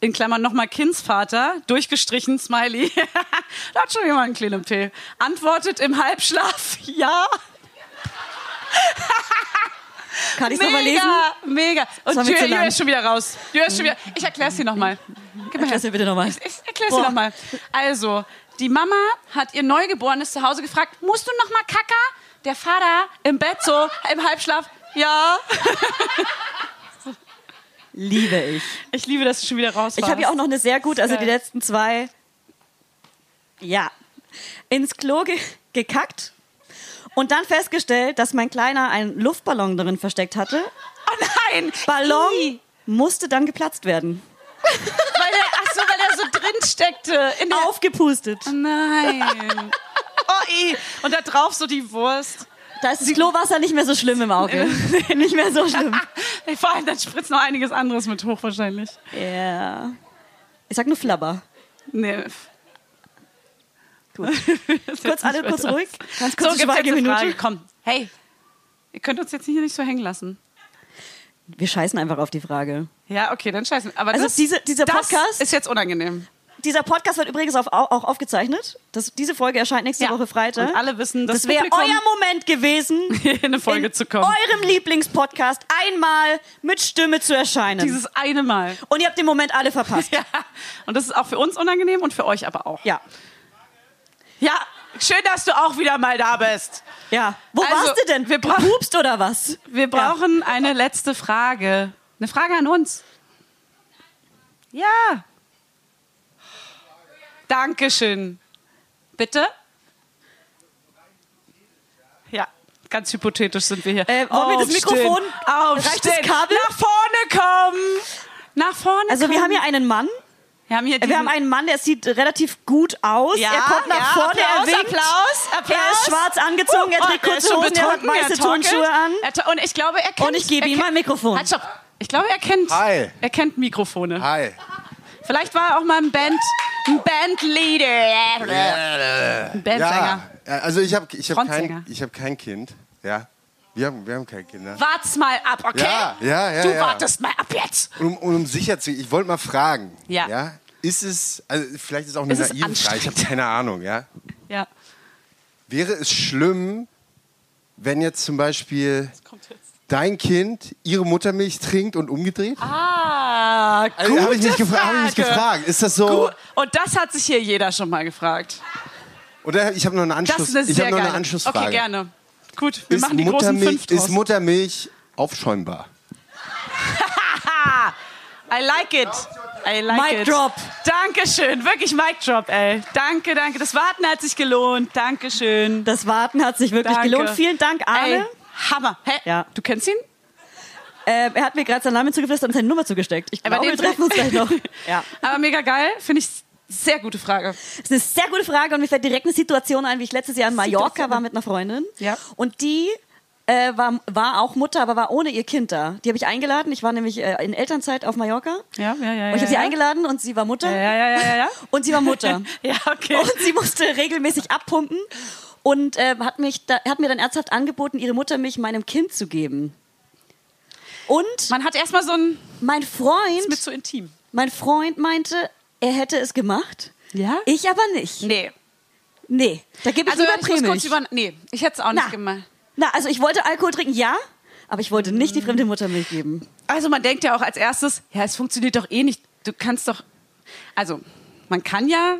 C: in Klammern nochmal Kindsvater, durchgestrichen, Smiley. da hat schon jemand einen Klein im Tee. Antwortet im Halbschlaf, ja.
B: Kann ich nochmal lesen?
C: Mega, mega.
B: war
C: Und
B: mir zu
C: Julia
B: lang.
C: ist schon wieder raus. Julia ist schon wieder. Ich erkläre es dir nochmal. Gib
B: Erklär's mir bitte noch mal.
C: Ich, ich erkläre es dir nochmal. Also, die Mama hat ihr Neugeborenes zu Hause gefragt, musst du nochmal Kaka? Der Vater im Bett so, im Halbschlaf, ja.
B: Liebe ich.
C: Ich liebe, dass du schon wieder raus warst.
B: Ich habe ja auch noch eine sehr gute, also die
C: Geil.
B: letzten zwei. Ja. Ins Klo ge gekackt und dann festgestellt, dass mein Kleiner einen Luftballon darin versteckt hatte.
C: Oh nein!
B: Ballon
C: Ih,
B: musste dann geplatzt werden.
C: Weil er, ach so, weil er so drin steckte. In der,
B: Aufgepustet.
C: Oh Nein. Oh, ey. Und da drauf so die Wurst.
B: Da ist das Klowasser nicht mehr so schlimm im Auge. nicht mehr so schlimm.
C: Ey, Ah, vor allem, dann spritzt noch einiges anderes mit hoch wahrscheinlich.
B: Ja. Ich sag nur Flabber.
C: Nee.
B: Gut. Kurz alle kurz ruhig. Ganz
C: So,
B: kurze
C: gibt's jetzt eine Frage.
B: Schweigeminute.
C: Komm, hey. Ihr könnt uns jetzt hier nicht so hängen lassen.
B: Wir scheißen einfach auf die Frage.
C: Ja, okay, dann scheiße. Aber
B: Also
C: das,
B: diese- dieser
C: das
B: Podcast-
C: ist jetzt unangenehm.
B: Dieser Podcast wird übrigens auf, auch aufgezeichnet. Das, diese Folge erscheint nächste
C: Ja.
B: Woche Freitag.
C: Und alle wissen, dass
B: um das wäre
C: Publikum-
B: euer Moment gewesen,
C: Hier in eine Folge
B: in
C: zu kommen.
B: eurem Lieblingspodcast einmal mit Stimme zu erscheinen.
C: Dieses eine Mal.
B: und ihr habt den Moment alle verpasst.
C: Ja. Und das ist auch für uns unangenehm und für euch aber auch.
B: Ja,
C: Ja, schön, dass du auch wieder mal da bist.
B: ja. Wo
C: Also,
B: warst du denn?
C: wir brauchen-
B: Gepupst oder was?
C: Wir brauchen eine letzte Frage. Eine Frage an uns. Ja. Dankeschön. Bitte? Ja, ganz hypothetisch sind wir hier.
B: Äh, wollen wir das
C: Aufstehen.
B: Mikrofon- reicht
C: Aufstehen.
B: das Kabel?
C: Nach vorne kommen. Nach vorne
B: Also
C: kommen.
B: wir haben hier einen Mann.
C: wir haben hier
B: Wir haben einen Mann, der sieht relativ gut aus.
C: Ja,
B: er kommt nach
C: ja,
B: vorne,
C: Applaus,
B: er winkt.
C: Applaus, Applaus.
B: Er ist schwarz angezogen, er
C: Oh,
B: trägt
C: er ist
B: kurze
C: schon
B: Hosen, er hat
C: betrunken,
B: weiße
C: er torkelt.
B: Turnschuhe an.
C: Er to- Und ich glaube, er kennt...
B: Und ich gebe
C: er
B: ihm
C: kennt-
B: mein Mikrofon.
C: Halt, stopp. Ich glaube, er kennt...
E: Hi.
C: Er kennt Mikrofone.
E: Hi.
C: Vielleicht war er auch mal ein Band... Ein Bandleader. Ein Bandsänger.
F: Ja, ja, also ich habe ich hab
C: Frontsänger.
F: kein, ich hab kein Kind. Ja. Wir haben, wir haben ne? keine Kinder.
C: Wart's mal ab, okay?
F: Ja, ja, ja,
C: Du
F: ja.
C: wartest mal ab jetzt.
F: Und um, und um sicher zu ich wollte mal fragen.
C: Ja.
F: Ist es, also vielleicht ist es auch eine
C: Ist es
F: naive Frage, ich habe
C: anstrengend?
F: keine Ahnung, ja.
C: Ja.
F: Wäre es schlimm, wenn jetzt zum Beispiel
C: Kommt jetzt.
F: dein Kind ihre Muttermilch trinkt und umgedreht?
C: Ah,
F: also, habe ich, mich gefra- hab ich mich
C: Frage.
F: gefragt. Ist das so?
C: Gut. Und das hat sich hier jeder schon mal gefragt.
F: Oder ich habe noch eine
C: Das
F: Anschluss.
C: ist eine
F: ich
C: sehr
F: habe noch eine
C: geile-
F: Anschlussfrage.
C: Okay, gerne. Gut, wir
F: Ist
C: machen die großen fünf
F: Muttermilch,
C: draus.
F: ist Muttermilch aufschäumbar?
C: I like it. I like
B: Mic
C: it.
B: drop.
C: Dankeschön. Wirklich Mic drop, ey. Danke, danke. Das Warten hat sich gelohnt. Dankeschön.
B: Das Warten hat sich wirklich
C: Danke.
B: gelohnt. Vielen Dank,
C: Ey,
B: Arne.
C: Hammer. Hä?
B: Ja.
C: Du kennst ihn?
B: Ähm, er hat mir gerade seinen Namen zugeflüstert und seine Nummer zugesteckt. Ich
C: Aber
B: glaube, wir
C: den-
B: treffen uns gleich noch. ja.
C: Aber mega geil. Finde ich sehr gute Frage.
B: Das ist eine sehr gute Frage und mir fällt direkt eine Situation ein, wie ich letztes Jahr in Mallorca
C: Situation.
B: war mit einer Freundin.
C: Ja.
B: Und die äh, war, war auch Mutter, aber war ohne ihr Kind da. Die habe ich eingeladen. Ich war nämlich äh, in Elternzeit auf Mallorca.
C: Ja, ja, ja.
B: Und ich habe sie
C: ja, ja.
B: eingeladen und sie war Mutter.
C: Ja, ja, ja, ja, ja.
B: Und sie war Mutter.
C: Ja, okay.
B: Und sie musste regelmäßig abpumpen und äh, hat, mich da, hat mir dann ernsthaft angeboten, ihre Muttermilch meinem Kind zu geben. Und
C: Man hat erstmal so ein.
B: mein Freund,
C: Ist mir zu intim.
B: mein Freund meinte, er hätte es gemacht.
C: Ja?
B: Ich aber nicht.
C: Nee.
B: Nee, da gebe ich
C: Also,
B: lieber
C: ich muss kurz
B: Prämilch.
C: über. Nee, ich hätte es auch nicht
B: Na.
C: gemacht.
B: Na, also ich wollte Alkohol trinken, ja, aber ich wollte nicht die fremde
C: Mm.
B: Muttermilch geben.
C: Also man denkt ja auch als erstes, ja, es funktioniert doch eh nicht. Du kannst doch, also man kann ja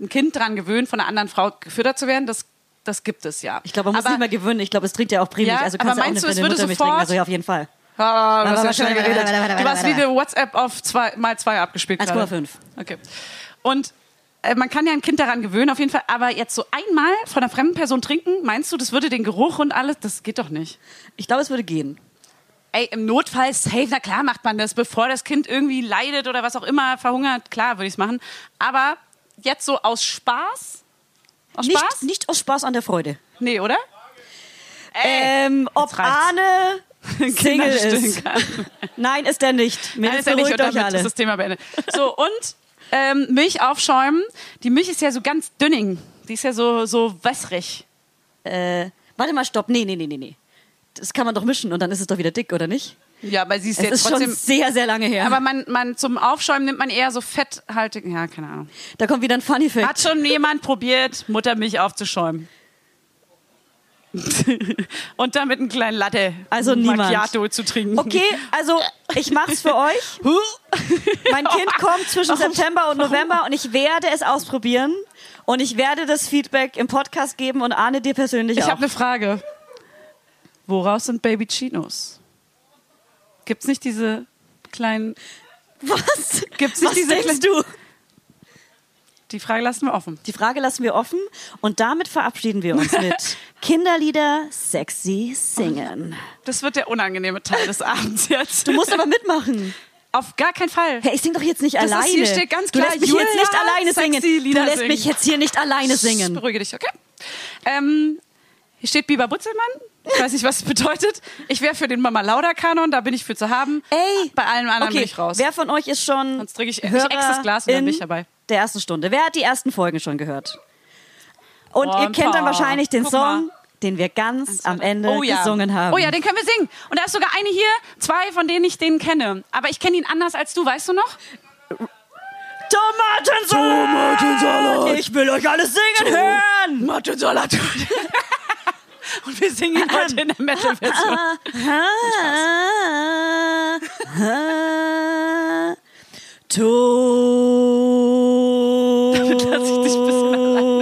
C: ein Kind daran gewöhnen, von einer anderen Frau gefüttert zu werden. Das, das gibt es ja.
B: Ich glaube, man muss
C: aber,
B: nicht mehr gewöhnen. Ich glaube, es trinkt ja auch primig.
C: Ja,
B: also
C: aber
B: kannst ja auch
C: meinst
B: eine
C: du, es
B: fremde
C: würde
B: Muttermilch
C: sofort-
B: trinken. Also ja, auf jeden Fall.
C: Ah,
B: Warte,
C: du hast ja
B: warte,
C: schnell
B: warte,
C: geredet.
B: warte, warte,
C: Du warst wie
B: warte.
C: eine WhatsApp auf zwei, mal zwei abgespielt. gerade.
B: 1,5.
C: Okay. Und äh, man kann ja ein Kind daran gewöhnen, auf jeden Fall. Aber jetzt so einmal von einer fremden Person trinken, meinst du, das würde den Geruch und alles, das geht doch nicht.
B: Ich glaube, es würde gehen.
C: Ey, im Notfall safe, na klar macht man das, bevor das Kind irgendwie leidet oder was auch immer, verhungert, klar würde ich es machen. Aber jetzt so aus Spaß? Aus Spaß?
B: Nicht, nicht aus Spaß an der Freude.
C: Nee, oder? Äh, Ey,
B: Ähm, ob
C: reicht's.
B: Arne Single
C: stillen
B: ist.
C: kann.
B: Nein, ist er nicht. Mir
C: Alles erledigt und
B: beruhigt euch
C: damit ist
B: alle.
C: das Thema beendet. So, und ähm, Milch aufschäumen. Die Milch ist ja so ganz dünning. Die ist ja so, so wässrig.
B: Äh, warte mal, stopp. Nee, nee, nee, nee, nee. Das kann man doch mischen und dann ist es doch wieder dick, oder nicht?
C: Ja, aber sie ist
B: Es
C: jetzt
B: ist
C: trotzdem...
B: schon sehr, sehr lange her.
C: aber man, man zum Aufschäumen nimmt man eher so fetthaltig. Ja, keine Ahnung.
B: da kommt wieder ein Funny Fact.
C: Hat schon jemand probiert, Muttermilch aufzuschäumen? Und damit einen kleinen Latte
B: Also niemand.
C: Macchiato zu trinken.
B: Okay, also ich mach's für euch. Mein Kind kommt zwischen September und November und ich werde es ausprobieren und ich werde das Feedback im Podcast geben und Arne dir persönlich
C: Ich ne-
B: auch.
C: habe eine Frage. Woraus sind Baby Chinos? Gibt's nicht diese kleinen?
B: Was?
C: Gibt's nicht
B: Was
C: diese
B: denkst du?
C: Die Frage lassen wir offen.
B: Die Frage lassen wir offen und damit verabschieden wir uns mit Kinderlieder sexy singen.
C: Das wird der unangenehme Teil des Abends jetzt.
B: Du musst aber mitmachen.
C: auf gar keinen Fall.
B: Hey, ich sing doch jetzt nicht
C: Das ist-
B: alleine.
C: hier steht ganz
B: du
C: klar,
B: lässt mich
C: Julia,
B: jetzt nicht alleine singen.
C: sexy Lieder
B: du lässt
C: singen.
B: mich jetzt hier nicht alleine singen.
C: Beruhige dich, okay? Ähm, hier steht Biber Butzelmann. Ich weiß nicht, was es bedeutet. Ich wäre für den Mama Lauda Kanon, da bin ich für zu haben.
B: Ey,
C: bei allem anderen
B: okay.
C: bin ich raus.
B: Wer von euch ist schon
C: Sonst trinke ich- ich ex das Glas und dann bin ich dabei.
B: der ersten Stunde? Wer hat die ersten Folgen schon gehört? Und
C: Oh,
B: ihr
C: ein
B: kennt dann
C: paar.
B: wahrscheinlich den
C: Guck
B: Song,
C: mal.
B: den wir ganz am Ende gesungen haben.
C: Oh ja, den können wir singen. Und da ist sogar eine hier, zwei von denen ich den kenne. Aber ich kenne ihn anders als du, weißt du noch?
B: Tomatensalat! Tomatensalat! Ich will euch alles singen hören!
C: Martin Oh. Salat. Und wir singen ihn heute in der Metal-Version.
B: To.
C: Dass ich dich ein bisschen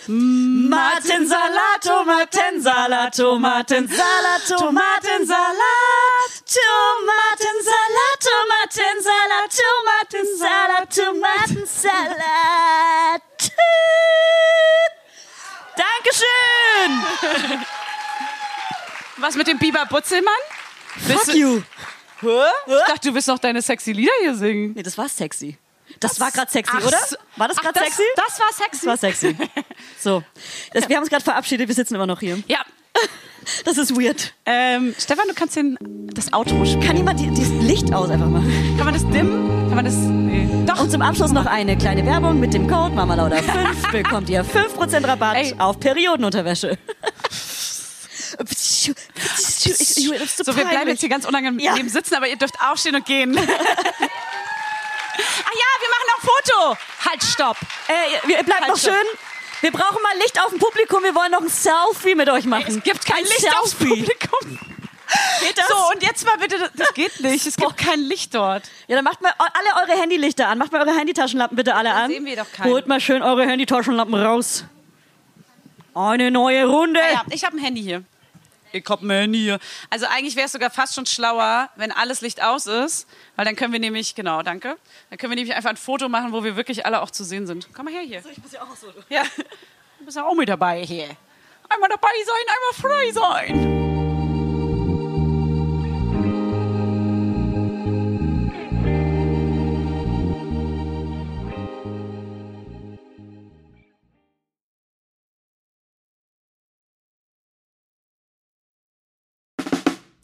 B: Oh. Tomatensalat, Tomatensalat, Tomatensalat, Tomatensalat, Tomatensalat, Tomatensalat, Tomatensalat, Tomatensalat. Dankeschön!
C: Was mit dem Biber Butzelmann? Willst
B: Fuck
C: du-
B: you!
C: Ich dachte, du willst noch deine sexy Lieder hier singen.
B: Nee, das war sexy. Das war gerade sexy, oder?
C: so-
B: War das
C: Ach,
B: gerade sexy?
C: Das war sexy.
B: Das war sexy. So. Das, wir haben uns gerade verabschiedet, wir sitzen immer noch hier.
C: Ja.
B: Das ist weird.
C: Ähm, Stefan, du kannst den, das Auto spielen.
B: Kann jemand die- dieses Licht aus einfach machen?
C: Kann man das dimmen? Kann man das. Nee. Doch.
B: Und zum Abschluss noch eine kleine Werbung mit dem Code MAMALAUDA5 bekommt ihr 5% Rabatt
C: Ey.
B: auf Periodenunterwäsche. so,
C: So, wir bleiben jetzt hier ganz unangenehm
B: Ja.
C: sitzen, aber ihr dürft aufstehen und gehen. ah ja, wir machen noch ein Foto. Halt, stopp.
B: Äh, ihr- ihr bleibt
C: Halt
B: noch
C: schon.
B: schön. Wir brauchen mal Licht auf dem Publikum. Wir wollen noch ein Selfie mit euch machen.
C: Es gibt kein
B: ein
C: Licht aufs
B: Selfie.
C: Publikum.
B: Geht das?
C: So, und jetzt mal bitte, das- das geht nicht. Es gibt kein Licht dort.
B: Ja, dann macht mal alle eure Handylichter an. Macht mal eure Handytaschenlampen bitte alle an.
C: sehen wir doch keinen.
B: Holt mal schön eure Handytaschenlampen raus. Eine neue Runde.
C: Ah Ja, ich habe ein Handy hier. Ich hab ein Handy hier. Also eigentlich wäre es sogar fast schon schlauer, wenn alles Licht aus ist, weil dann können wir nämlich, genau, danke, dann können wir nämlich einfach ein Foto machen, wo wir wirklich alle auch zu sehen sind. Komm mal her hier.
B: Ich muss ja auch so.
C: Ja. Du bist ja auch mit dabei hier. Einmal dabei sein, einmal frei sein.